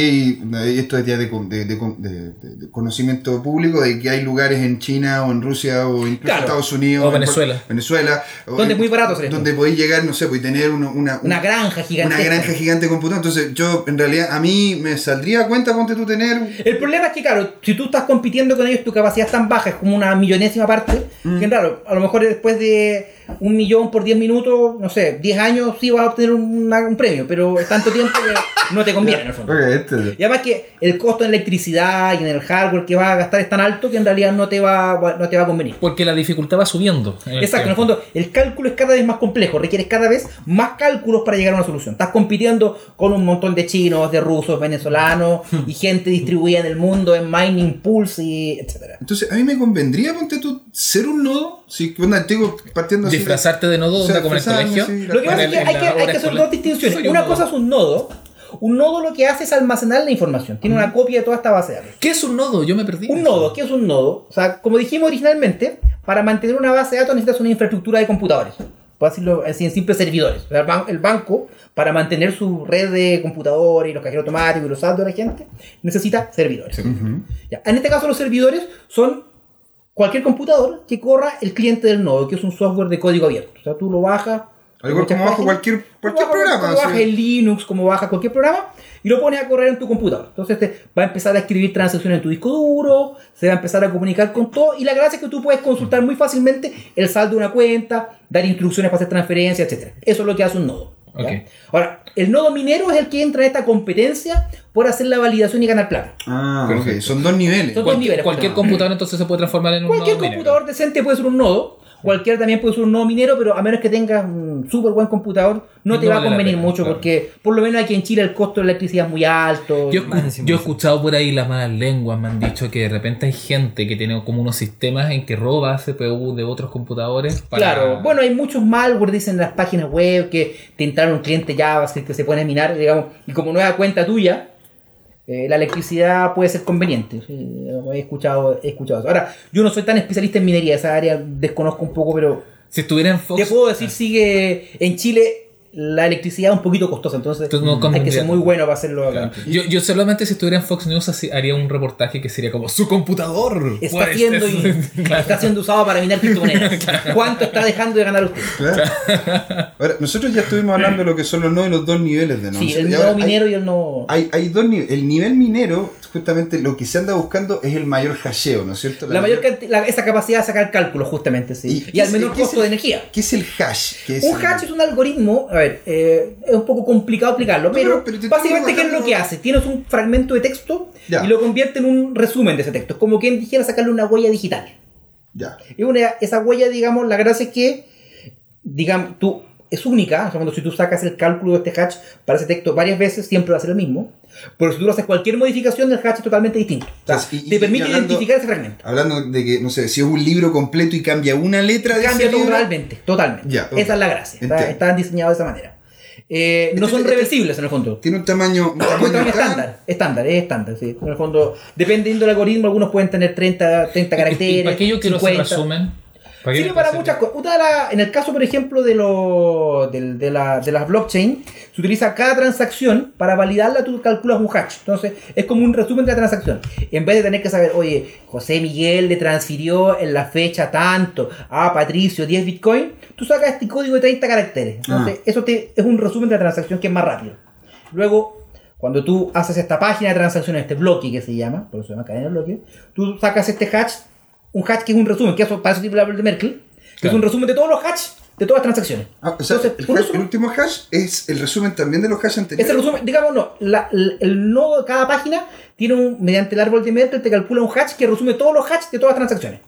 B: hay, esto es ya de, con- de- de con- de- de- de conocimiento público de que hay lugares en China o en Rusia o incluso
C: Claro.
B: Estados Unidos.
A: O
B: en-
A: Venezuela.
B: Venezuela. o
C: Donde
B: en-
C: es muy barato hacer esto.
B: Donde podéis llegar, no sé, podéis tener uno- una,
C: una granja
B: una
C: gigante.
B: granja gigante de computador. Entonces, yo, en realidad, a mí me saldría a cuenta, ponte tú tener.
C: El problema es que, claro, si tú estás compitiendo con ellos, tu capacidad es tan baja, es como una millonésima parte,
B: Mm.
C: que claro, a lo mejor después de un millón por 10 minutos, no sé, 10 años, sí vas a obtener una- un premio, pero es tanto tiempo que no te conviene, en el fondo.
B: Ok, este-
C: Y además que el costo en electricidad y en el hardware que vas a gastar es tan alto que en realidad no te va, no te va a convenir.
A: Porque la dificultad va subiendo. en el
C: Exacto, en el
A: tiempo.
C: fondo el cálculo es cada vez más complejo, requieres cada vez más cálculos para llegar a una solución. Estás compitiendo con un montón de chinos, de
A: [laughs]
C: rusos, venezolanos y gente distribuida en el mundo en mining pools y etcétera.
B: Entonces, a mí me convendría, ponte tú, ser un nodo. Si, onda, te digo, partiendo así de-
A: Disfrazarte de nodo,
B: O sea,
A: onda como en el
B: disfrazarme,
A: colegio.
B: sí, la-
C: Lo que pasa
A: En
C: es
A: el-
C: que
A: en
C: hay
A: la
C: que, hay
A: hora
C: que hacer
A: escolar.
C: dos distinciones.
A: Soy un
C: Una
A: nodo.
C: cosa es un nodo. Un nodo lo que hace es almacenar la información. Tiene una copia de toda esta base de datos.
A: ¿Qué es un nodo? Yo me perdí.
C: Un nodo, ¿qué es un nodo? O sea, como dijimos originalmente, para mantener una base de datos necesitas una infraestructura de computadores. Puedo decirlo así en simples servidores. O sea, el, ban- el banco, para mantener su red de computadores y los cajeros automáticos y los saldos de la gente, necesita servidores. Ya. En este caso, los servidores son cualquier computador que corra el cliente del nodo, que es un software de código abierto. O sea, tú lo bajas.
B: Algo
C: muchas
B: como bajo
C: páginas,
B: cualquier-
C: como
B: cualquier
C: bajo-
B: programa,
C: Como
B: sí.
C: bajas el Linux, como baja cualquier programa, y lo pones a correr en tu computador. Entonces te va a empezar a escribir transacciones en tu disco duro, se va a empezar a comunicar con todo, y la gracia es que tú puedes consultar muy fácilmente el saldo de una cuenta, dar instrucciones para hacer transferencias, etc. Eso es lo que hace un nodo. ¿ya?
A: Ok.
C: Ahora, el nodo minero es el que entra en esta competencia por hacer la validación y ganar plata.
B: Ah,
A: Perfecto.
B: ok, son dos niveles.
C: Son-
A: Cualquier-
C: niveles,
A: cualquier
C: justamente.
A: computador entonces se puede transformar en un
C: Cualquier
A: nodo minero.
C: computador decente puede ser un nodo. Cualquier también puede ser un nodo minero, pero a menos que tengas un súper buen computador, no te
A: No
C: va a
A: vale la
C: convenir
A: pena,
C: mucho,
A: claro.
C: porque por lo menos aquí en Chile el costo de la electricidad es muy alto.
A: Yo, escu-
D: Más encima
A: yo he
D: eso.
A: escuchado por ahí las malas lenguas, me han dicho que de repente hay gente que tiene como unos sistemas en que roba CPU de otros computadores. para-
C: Claro, bueno, hay muchos malware, dicen en las páginas web, que te entraron un cliente JavaScript que se pone a minar, digamos, y como nueva cuenta tuya, eh, la electricidad puede ser conveniente. Sí, digamos, he, escuchado, he escuchado eso. Ahora, yo no soy tan especialista en minería, esa área desconozco un poco, pero
A: Si estuviera en
C: te
A: Fox,
C: puedo decir, sigue en Chile la electricidad es un poquito costosa, entonces
A: Entonces no
C: hay que
A: convendría
C: ser muy
A: tanto.
C: bueno para hacerlo. acá.
A: Claro. Yo, yo solamente si estuviera en Fox News así- haría un reportaje que sería como su computador.
C: Está,
A: Por [laughs]
C: siendo,
A: este- Claro.
C: está siendo usado para minar
A: [laughs]
C: criptomonedas. ¿Cuánto está dejando de ganar usted? [laughs]
B: Claro. Ahora, nosotros ya estuvimos hablando de lo que son los nodos y los dos niveles de nodos.
C: Sí, el
B: Y
C: no
B: ahora hay-
C: minero y el no...
B: Hay, hay dos niveles. El nivel minero, justamente lo que se anda buscando es el mayor hasheo, ¿no es cierto?
C: La mayor canti- la- esa capacidad de sacar cálculos, justamente, sí. Y, al
B: qué
C: menor
B: es- qué es
C: costo de
B: el-
C: energía.
B: ¿Qué es el hash? ¿Qué es
C: Un
B: el-
C: hatch es un algoritmo, a ver, eh, es un poco complicado explicarlo,
B: No,
C: pero,
B: pero- pero te estoy
C: básicamente ¿qué es lo
B: bajando-
C: que hace? Tienes un fragmento de texto
B: Ya.
C: y lo convierte en un resumen de ese texto. Es como quien dijera sacarle una huella digital.
B: Ya.
C: Y una, esa huella, digamos, la gracia es que, digamos, tú es única. O sea, cuando si tú sacas el cálculo de este hatch para ese texto varias veces, siempre va a ser el mismo. Pero si tú le haces cualquier modificación, el hatch es totalmente distinto. O sea,
B: Entonces, y- y-
C: te
B: y
C: permite
B: hablando-
C: identificar ese fragmento.
B: Hablando de que, no sé, si es un libro completo y cambia una letra de
C: Cambia
B: ese libro,
C: totalmente, totalmente.
B: Ya, ok.
C: Esa es la gracia. Está-
B: Entiendo.
C: están diseñados de esa manera. Eh, no
B: Entonces,
C: son
B: este-
C: reversibles en el fondo.
B: Tiene un tamaño, un tamaño
C: Encuentran
B: tan-
C: estándar, estándar, es estándar, sí. En el fondo, dependiendo del algoritmo, algunos pueden tener 30, 30 caracteres.
A: ¿Y para qué yo quiero hacer
C: 50.
A: resumen? ¿Para qué
C: Sirve
A: yo
C: para
A: quiero
C: muchas
A: hacer-
C: cosas. Una de la- en el caso, por ejemplo, de, lo, del- de, la- de las blockchain, se utiliza cada transacción para validarla, tú calculas un hash. Entonces, es como un resumen de la transacción. En vez de tener que saber, oye, José Miguel le transfirió en la fecha tanto a Patricio 10 Bitcoin, tú sacas este código de 30 caracteres. Entonces, eso te, es un resumen de la transacción que es más rápido. Luego, cuando tú haces esta página de transacciones, este bloque que se llama, por eso se llama cadena de bloque, tú sacas este hatch, un hatch que es un resumen, que eso, para eso sirve la de Merkel, que es
A: Claro.
C: un resumen de todos los hatch, de todas las transacciones.
B: Ah, o sea,
C: Entonces,
B: el,
C: por
B: hash-
C: eso-
B: el último hash es el resumen también de los hash
C: ese
B: anteriores.
C: resumen, digamos, no, la- la- el nodo de cada página tiene un, mediante el árbol de Merkel, te calcula un hatch que resume todos los hatch de todas las transacciones.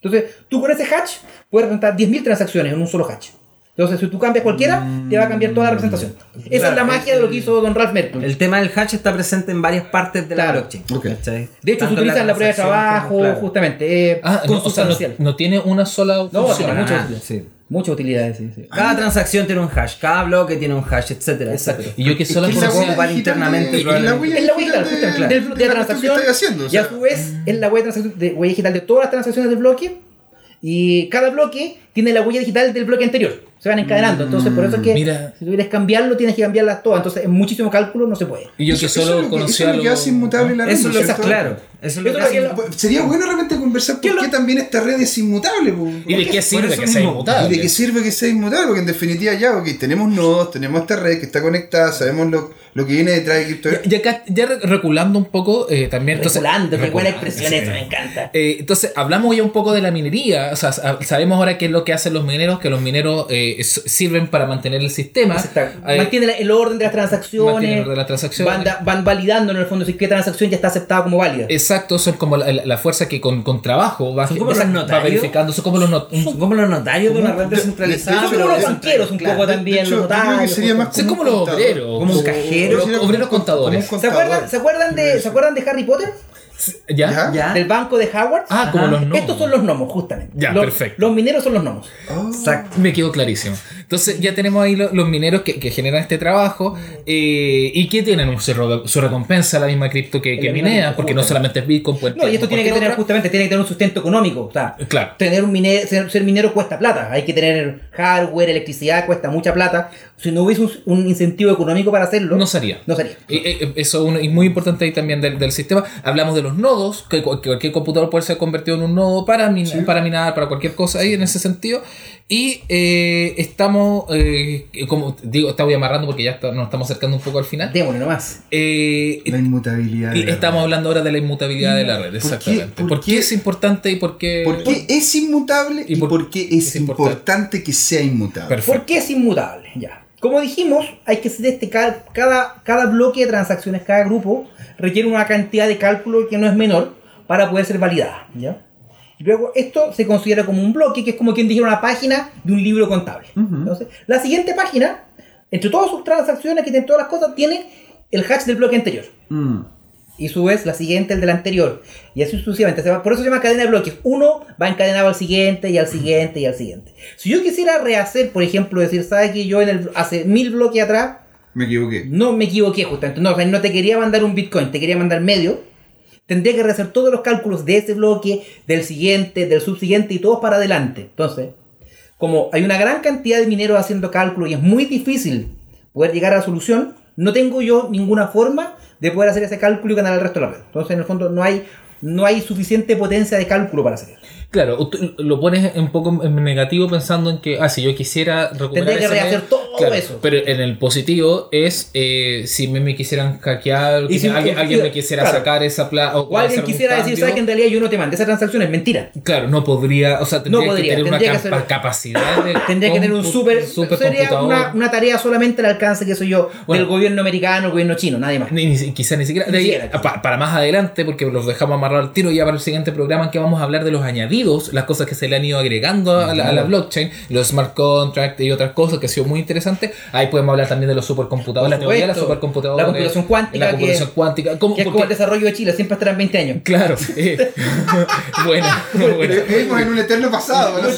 C: Entonces, tú con ese hatch puedes representar 10.000 transacciones en un solo hatch. Entonces, si tú cambias cualquiera, te va a cambiar toda la representación. Esa es la
D: Claro,
C: magia de lo que hizo Don Ralph Merkel.
D: El tema del hatch está presente en varias partes de la
C: Claro.
D: blockchain.
B: Ok.
D: ¿cachai?
C: De hecho, se
D: Tanto
C: utiliza en la prueba de
D: transacción
C: trabajo,
D: como- claro.
C: justamente. Eh,
A: Ah, no, o sea, no,
C: consustancial.
A: no tiene una sola
C: No,
A: función.
C: tiene muchas
D: Ah,
C: utilidades.
D: sí.
C: Muchas utilidades, sí, sí.
D: Cada transacción tiene un hash, cada bloque tiene un hash, etcétera,
C: Ah. Exacto.
D: etcétera.
A: Y yo que
B: Es que
A: solamente
B: esa
D: como
B: huella
D: van
B: digital
D: internamente,
B: de- es la
D: probablemente.
B: huella
C: Es la huella
B: digital
C: digital, justamente,
B: de,
C: del- de la transacción.
B: que estás haciendo. o
C: y a
B: sea. mm.
C: su vez, es la huella, transacción- de, huella digital de todas las transacciones del bloque. Y cada bloque tiene la huella digital del bloque anterior. Se van encadenando. Entonces, por eso es que
A: Mm, mira.
C: si tuvieras que cambiarlo, tienes que cambiarlas todas. Entonces, en muchísimo cálculo no se puede.
A: Y yo
B: Eso-
A: que
B: eso es
A: solo
B: lo
A: conocía
B: eso es lo que
A: algo-
B: hace inmutable la red,
D: Eso
B: ¿no
D: es lo que
B: cierto?
D: claro. Eso
C: Yo
D: es lo que
C: creo que
D: hace-
C: la-
B: Bueno, pues, Sería bueno realmente conversar por
C: ¿Qué
B: qué
C: lo-
B: también esta red es inmutable. po.
A: ¿Y de qué
D: por
A: sirve
D: eso
A: que sea
D: mismo.
B: ¿Y
A: inmutable?
B: de qué sirve que sea inmutable? Porque en definitiva ya, ok, tenemos nodos, tenemos esta red que está conectada, sabemos lo, lo que viene detrás de cripto.
A: Ya, ya acá- ya re- reculando un poco eh, también. entonces-
C: Reculando, qué buena
A: reculando,
C: expresión
A: sí.
C: esa, me encanta.
A: Eh, entonces, hablamos ya un poco de la minería. O sea, sa- sabemos ahora qué es lo que hacen los mineros, que los mineros eh, s- sirven para mantener el sistema.
C: Exacto.
A: Eh,
C: mantiene la- el orden de las
A: mantiene el
C: transacciones.
A: orden de las transacciones.
C: Van, da- van validando en el fondo si qué transacción ya está aceptada como válida.
A: Exacto, son como la, la- la fuerza que con, con trabajo va,
D: Son como
A: va-
D: los
A: va
D: notarios.
A: verificando. Son como los not- un-
D: Son como los notarios de una red descentralizada.
B: Son como
D: pero
B: los
D: de-
C: banqueros un
D: claro.
C: poco
B: De- de
C: también,
B: hecho,
C: los
B: yo creo que
C: notarios,
B: sería más
A: son como
B: un
A: los
B: contador.
A: obreros.
D: como un cajero.
A: Los obreros contadores.
B: Como un
C: ¿Se acuerdan, ¿Se
B: contador.
C: acuerdan de, ¿Se acuerdan de Harry Potter?
A: ¿Ya?
B: ¿Ya?
D: Ya.
C: Del banco de Howard.
A: Ah, como
D: Ajá.
A: los gnomos.
C: Estos son los gnomos, justamente.
A: Ya,
C: los,
A: perfecto.
C: Los mineros son los gnomos.
D: Exacto.
A: Me quedó clarísimo. Entonces ya tenemos ahí lo- los mineros que, que generan este trabajo eh, y que tienen un- su, ro- su recompensa, la misma cripto que,
C: La
A: que
C: misma
A: minea,
C: cripto,
A: porque no
C: justamente.
A: solamente es Bitcoin, puede
C: No, y esto tiene que tener, justamente, tiene que tener un sustento económico. O sea,
A: Claro.
C: tener un mine- ser, ser minero cuesta plata. Hay que tener hardware, electricidad, cuesta mucha plata. Si no hubiese un, un incentivo económico para hacerlo,
A: No sería.
C: No sería.
A: Y, eh, Eso es uno- y muy importante ahí también del, del sistema. Hablamos de los nodos, que cu- que cualquier computador puede ser convertido en un nodo para, min- para minar, para cualquier cosa ahí en ese sentido. Y eh, estamos, eh, como digo, estamos amarrando porque ya está- nos estamos acercando un poco al final.
C: Démosle nomás.
A: Eh,
B: La inmutabilidad. de
A: y
B: la
A: estamos hablando ahora de la inmutabilidad de la red,
B: ¿Por qué-
A: exactamente. ¿Por,
B: por
A: qué
B: qué-
A: es importante y por qué...
B: red. ¿Por qué es inmutable
A: Y
B: y
A: por-
B: por qué es,
A: es importante.
B: importante. que sea inmutable?
A: Perfecto.
C: ¿Por qué es inmutable? Ya. Como dijimos, hay que hacer este cal- cada, cada bloque de transacciones, cada grupo, requiere una cantidad de cálculo que no es menor para poder ser validada. ¿ya? Y luego esto se considera como un bloque, que es como quien dijera una página de un libro contable. Entonces, la siguiente página, entre todas sus transacciones que tienen todas las cosas, tiene el hash del bloque anterior.
B: Mm.
C: Y su vez la siguiente, el del anterior. Y así sucesivamente. Se va- Por eso se llama cadena de bloques. Uno va encadenado al siguiente y al siguiente y al siguiente. Si yo quisiera rehacer, por ejemplo, decir, ¿sabes que yo en el, hace mil bloques atrás
B: Me equivoqué.
C: no me equivoqué justamente? No, o sea, no te quería mandar un Bitcoin, te quería mandar medio. Tendría que rehacer todos los cálculos de ese bloque, del siguiente, del subsiguiente y todos para adelante. Entonces, como hay una gran cantidad de mineros haciendo cálculos y es muy difícil poder llegar a la solución, no tengo yo ninguna forma de poder hacer ese cálculo y ganar al resto de la red. Entonces, en el fondo, no hay, no hay suficiente potencia de cálculo para hacer eso.
A: Claro, o tú lo pones un poco en negativo pensando en que, ah, si yo quisiera recuperar
C: Tendría que
A: ese
C: rehacer
A: medio-
C: todo todo
A: Claro,
C: eso.
A: Pero en el positivo es eh, si me, me quisieran hackear,
C: Y si-
A: alguien,
C: y-
A: alguien me quisiera
C: claro.
A: sacar esa plata.
C: O alguien quisiera decir, ¿sabes que en realidad yo no te mandé esa transacción? Es mentira.
A: Claro, no podría, o sea, tendría
C: podría,
A: que tener
C: tendría que
A: una
C: hacer-
A: capa- capacidad de.
C: Tendría que tener un
A: compu-
C: super, sería
A: supercomputador.
C: una, una tarea solamente al alcance, que soy yo,
A: Bueno.
C: del gobierno americano, el gobierno chino, nadie más.
A: Ni- ni- quizá ni siquiera.
C: Ni
A: de ahí, ah,
C: siquiera, quizá.
A: pa- para más adelante, porque los dejamos amarrar al tiro ya para el siguiente programa, en que vamos a hablar de los añadidos, las cosas que se le han ido agregando a la, a la blockchain, los smart contracts y otras cosas que ha sido muy interesante. Ahí podemos hablar también de los supercomputadores, la
C: Por
A: teoría de los
C: supuesto.
A: supercomputadores,
C: La computación cuántica,
A: La computación
C: que-
A: cuántica. ¿Cómo-
C: Que es
A: por
C: como el
A: qué?
C: desarrollo de Chile, siempre estarán 20 años.
A: [laughs] Claro. eh. [laughs] bueno,
C: [laughs]
A: bueno.
B: Vivimos en un eterno pasado. ¿no?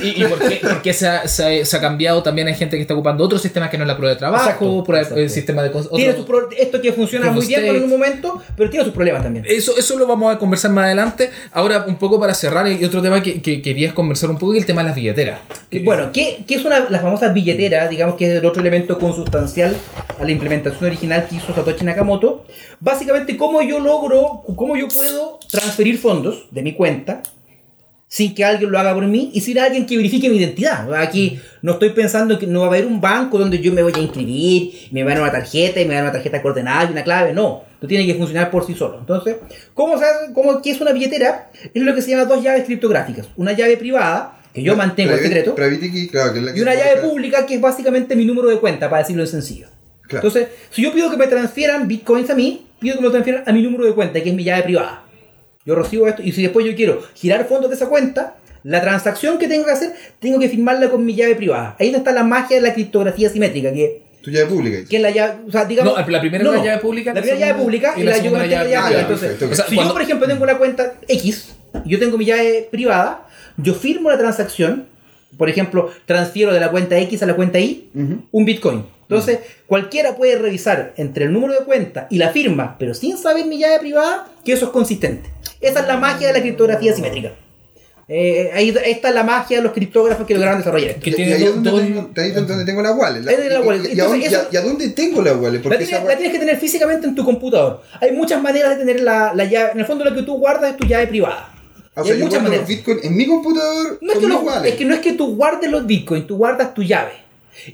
A: ¿Y, y por qué, por qué se, ha, se ha- se ha cambiado? También hay gente que está ocupando otros sistemas que no es la prueba de trabajo,
C: Exacto,
A: prueba-
C: exacto.
A: el sistema de cosas. otro-
C: Tiene sus pro- esto que funciona
A: Proof
C: muy
A: of
C: bien
A: stake.
C: en un momento, pero tiene sus problemas también.
A: Eso, eso lo vamos a conversar más adelante. Ahora, un poco para cerrar, y otro tema que, que querías conversar un poco, que el tema de las billeteras. Que-
C: Bueno, ¿qué, qué es una, la famosa billetera? Digamos que es el otro elemento consustancial a la implementación original que hizo Satoshi Nakamoto. Básicamente, ¿cómo yo logro, cómo yo puedo transferir fondos de mi cuenta sin que alguien lo haga por mí y sin alguien que verifique mi identidad? O sea, Aquí no estoy pensando que no va a haber un banco donde yo me voy a inscribir, me van a dar una tarjeta y me van a dar una tarjeta coordenada y una clave. No, esto tiene que funcionar por sí solo. Entonces, ¿cómo se hace? ¿Cómo, ¿qué es una billetera? Es lo que se llama dos llaves criptográficas. Una llave privada, que yo mantengo el
B: Private-
C: secreto
B: private key, claro, que es la
C: y
B: que
C: una
B: se
C: llave
B: puede-
C: pública que es básicamente mi número de cuenta, para decirlo de sencillo.
B: Claro.
C: Entonces, si yo pido que me transfieran bitcoins a mí, pido que me lo transfieran a mi número de cuenta, que es mi llave privada. Yo recibo esto y si después yo quiero girar fondos de esa cuenta, la transacción que tengo que hacer, tengo que firmarla con mi llave privada. Ahí es donde está la magia de la criptografía simétrica, que,
B: Tu llave pública.
C: que es la llave, o sea, digamos...
A: No, la primera es la llave pública,
C: La
A: la
C: primera llave
A: segunda-
C: pública y, la, yo
A: segunda
C: mantengo
A: llave-
C: la llave
B: Ah,
C: privada.
B: ya,
C: Entonces,
B: perfecto, ok.
A: O sea,
C: si
A: cuando-
C: yo, por ejemplo, tengo una cuenta X, yo tengo mi llave privada, yo firmo la transacción, por ejemplo, transfiero de la cuenta X a la cuenta Y un Bitcoin. Entonces, cualquiera puede revisar entre el número de cuenta y la firma, pero sin saber mi llave privada, que eso es consistente. Esa es la magia de la criptografía simétrica. Eh, ahí está la magia de los criptógrafos que lograron desarrollar esto.
A: que
B: Y- y
A: tiene
B: ahí
A: do-
B: es donde,
A: dos-
B: tengo, ahí es donde tengo la wallet.
C: Ahí tiene la
B: y- y-
C: wallet.
B: Y, a dónde-
C: Entonces, eso-
B: y a- y a dónde tengo la wallet?
C: La
B: Porque
C: tienes,
B: esa
C: la
B: wallet-
C: tienes que tener físicamente en tu computador. Hay muchas maneras de tener la, la llave. En el fondo, lo que tú guardas es tu llave privada.
B: ah, o
C: Y
B: sea,
C: hay
B: yo
C: muchas
B: guardo los
C: maneras.
B: Bitcoin en mi computador
C: No es,
B: con
C: que
B: mi
C: los-
B: wallet.
C: es que no es que tú guardes los bitcoins, tú guardas tu llave.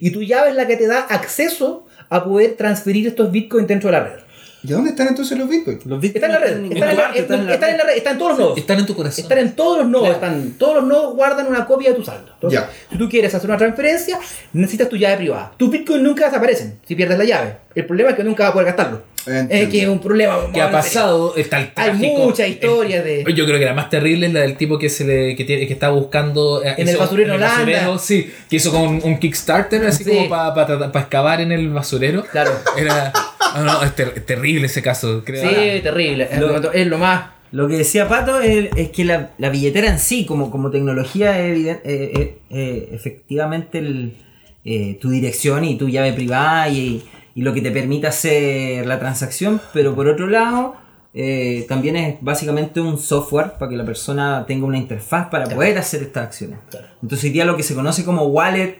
C: Y tu llave es la que te da acceso a poder transferir estos bitcoins dentro de la red.
B: ¿Y dónde están entonces los Bitcoin?
D: Los Bitcoin
C: Está en la red.
D: ningún
C: Está en la,
D: parte, están en la
C: está en
D: red.
C: la red. Está en todos los nodos.
A: Están en tu corazón.
C: Están en todos los nodos.
D: Claro.
C: Están, todos los nodos guardan una copia de tu saldo. Entonces,
B: Ya.
C: si tú quieres hacer una transferencia, necesitas tu llave privada. Tus bitcoins nunca desaparecen si pierdes la llave. El problema es que nunca vas a poder gastarlo. Es
B: Entiendo.
C: que es un problema.
A: que ha pasado está el
C: Hay
A: trágico-
C: muchas historias de-
A: yo creo que la más terrible es la del tipo que se le que tiene que está buscando eh,
C: En
A: hizo-
C: el basurero
A: en
C: en Holanda.
A: sí que hizo como un, un Kickstarter así
C: Sí.
A: como para excavar en el basurero
C: Claro.
A: era no, no, es ter- terrible ese caso creo
C: Sí, terrible.
D: Lo-
C: es lo más.
D: Lo que decía Pato es, es que la, la billetera en sí, como, como tecnología, es eviden- eh, eh, eh, efectivamente el, eh, tu dirección y tu llave privada y, y lo que te permite hacer la transacción, pero por otro lado, eh, también es básicamente un software para que la persona tenga una interfaz para poder hacer estas acciones. Entonces, hoy día lo que se conoce como wallet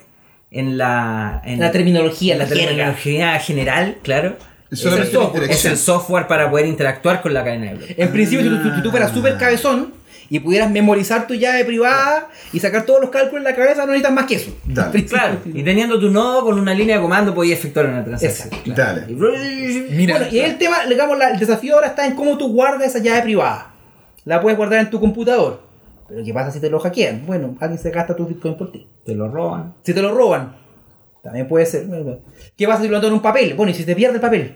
D: en la, en
C: La terminología,
D: en la
C: la jerga.
D: terminología general, claro.
B: Es
D: Es
B: solamente
D: el,
B: la
D: software, es
B: interacción.
D: el software para poder interactuar con la cadena de bloques.
C: En principio, si tú, si tú fueras súper cabezón y pudieras memorizar tu llave privada y sacar todos los cálculos en la cabeza, no necesitas más que eso.
B: Dale.
C: En [laughs] principio.
D: Claro, y teniendo tu nodo con una línea de comando podías efectuar una transacción.
C: Exacto.
B: Dale.
D: Y brrr,
A: mira
C: Bueno, y el tema, digamos, la- el desafío ahora está en cómo tú guardas esa llave privada. La puedes guardar en tu computador. Pero ¿qué pasa si te lo hackean? Bueno, alguien se gasta tu Bitcoin por ti.
D: Te lo roban.
C: Si te lo roban, también puede ser. ¿Qué pasa si lo anotan en un papel? Bueno, y si te pierde el papel.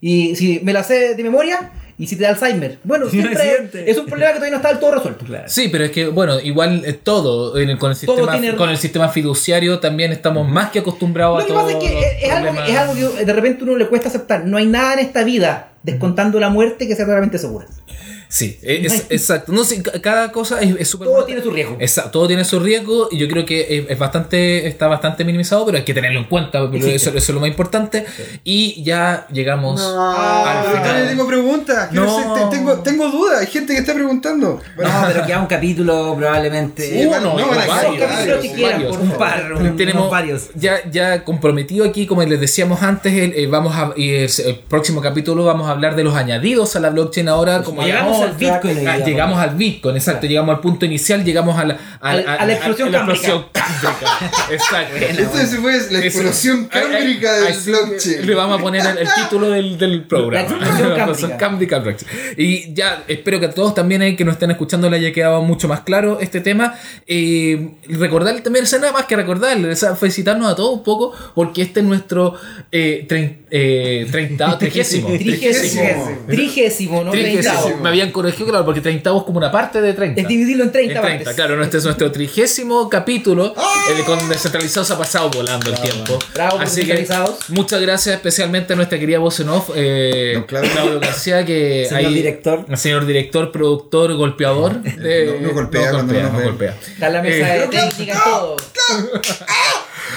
C: Y si me la sé de memoria, y si te da Alzheimer. Bueno, siempre
D: Reciente.
C: es un problema que todavía no está del todo resuelto.
A: Sí, pero es que, bueno, igual eh, todo, en el- con, el
C: Todo
A: sistema,
C: tiene-
A: con el sistema fiduciario también estamos más que acostumbrados
C: Lo
A: a
C: que
A: todo.
C: pasa es que es, es algo, que- es algo que de repente uno le cuesta aceptar. No hay nada en esta vida, descontando la muerte, que sea totalmente segura.
A: Sí, e, es- es- exacto. No, sí, ca- cada cosa es es súper...
C: Todo tiene su riesgo.
A: Exacto, todo tiene su riesgo y yo creo que es, es bastante, está bastante minimizado, pero hay que tenerlo en cuenta, porque lo- eso, eso es lo más importante. Y ya llegamos al
B: Pero
A: final.
B: todavía tengo preguntas. que no sé,
A: No.
B: te- tengo, tengo dudas. Hay gente que está preguntando. Bueno,
D: No, pero queda un capítulo probablemente.
B: Sí.
A: Uno,
B: no,
A: no,
B: van a
A: varios,
C: quedar varios,
A: varios,
C: que quieran,
A: varios.
C: por
D: un par, un-
A: tenemos
D: unos varios.
A: Ya, ya comprometido aquí, como les decíamos antes, el, eh, vamos a, y el, el próximo capítulo vamos a hablar de los añadidos a la blockchain ahora, como
D: Llegamos al Bitcoin. hoy
A: Ah,
D: día,
A: llegamos al Bitcoin, exacto. Llegamos al punto inicial, llegamos a la,
C: Al- a la explosión
A: cámbrica. [laughs] Exacto.
B: Esto se fue la
A: Eso.
B: explosión cámbrica
A: Ay, ay,
B: del
A: así
B: blockchain.
A: Le vamos a poner el, el título del, del programa.
D: La
A: [laughs]
D: explosión cámbrica.
A: cámbrica del blockchain. Y ya, espero que a todos también eh, que nos estén escuchando le haya quedado mucho más claro este tema. Eh, recordar también, o sea, nada más que recordarle, o sea, felicitarnos a todos un poco, porque este es nuestro eh, trein- eh,
C: [laughs]
A: treinta- trigésimo.
C: Trigésimo. Trigésimo, no
A: Trigésimo.
C: treintavo.
A: Me habían corregido, claro, porque 30 es como una parte de 30.
C: Es dividirlo en 30
A: En 30,
C: partes.
A: claro, no, este es nuestro trigésimo capítulo.
B: ¡Ah!
A: El con descentralizados ha pasado volando el tiempo.
C: Bravo,
A: Así que
C: Descentralizados.
A: muchas gracias especialmente a nuestra querida voz en off, eh,
B: Don Claudio.
A: Claudio García,
C: [laughs]
A: que
D: Señor director.
A: señor director, productor, golpeador. de-
B: No- no golpea cuando no nos ve.
A: golpea. Eh,
C: Está en la mesa de técnica y todo.
A: [laughs]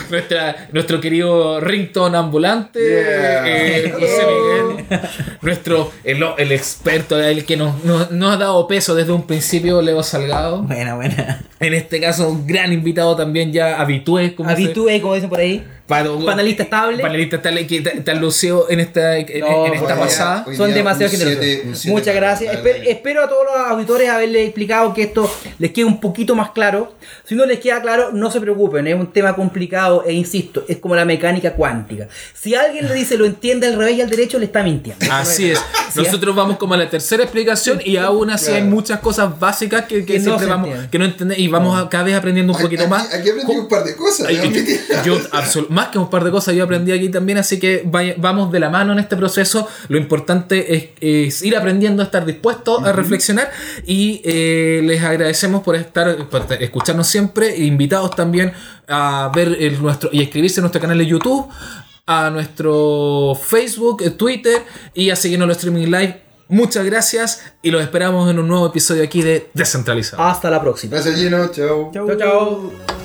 A: Nuestra- nuestro querido Rington ambulante,
B: Yeah. [laughs]
A: eh, José Miguel, nuestro, el, el experto, el que nos, nos- nos ha dado peso desde un principio, Leo Salgado.
D: Buena, buena.
A: En este caso, un gran invitado también ya habitué. como
C: Habitúe, como dicen por ahí.
A: se- Para-
C: Panelista estable.
A: Panelista tal que te, te alució en esta, en,
C: No, pues,
A: en
C: bueno,
A: esta
B: ya.
A: pasada.
B: Hoy
C: Son
B: día
C: demasiado
B: un
C: generosos.
B: siete- un siete
C: Muchas
B: para
C: gracias.
B: cada
C: Espe-
B: uno.
C: espero a todos los auditores haberles explicado que esto les quede un poquito más claro. Si no les queda claro, no se preocupen. Es un tema complicado e insisto, es como la mecánica cuántica. Si alguien le dice lo entiende al revés y al derecho, le está mintiendo.
A: Así
C: [laughs]
A: es. Nosotros vamos como a la tercera explicación y aún así hay muchas cosas básicas que, que
C: Que no
A: siempre
C: se
A: vamos
C: entienden.
A: que no entendemos y vamos a- cada vez aprendiendo un poquito
B: Aquí-
A: más.
B: Aquí aprendí un par de cosas.
A: Ay, yo-
B: ¿no? [laughs]
A: yo, absol- más que un par de cosas yo aprendí aquí también, así que vaya- vamos de la mano en este proceso. Lo importante es, es ir aprendiendo, estar dispuesto a reflexionar y eh, les agradecemos por estar, por te- escucharnos siempre, e invitados también a ver el- nuestro y escribirse en nuestro canal de YouTube, a nuestro Facebook, eh, Twitter y a seguirnos en los streaming live. Muchas gracias y los esperamos en un nuevo episodio aquí de Descentralizado.
C: Hasta la próxima.
B: Gracias, Gino. Chao.
C: Chao, chao.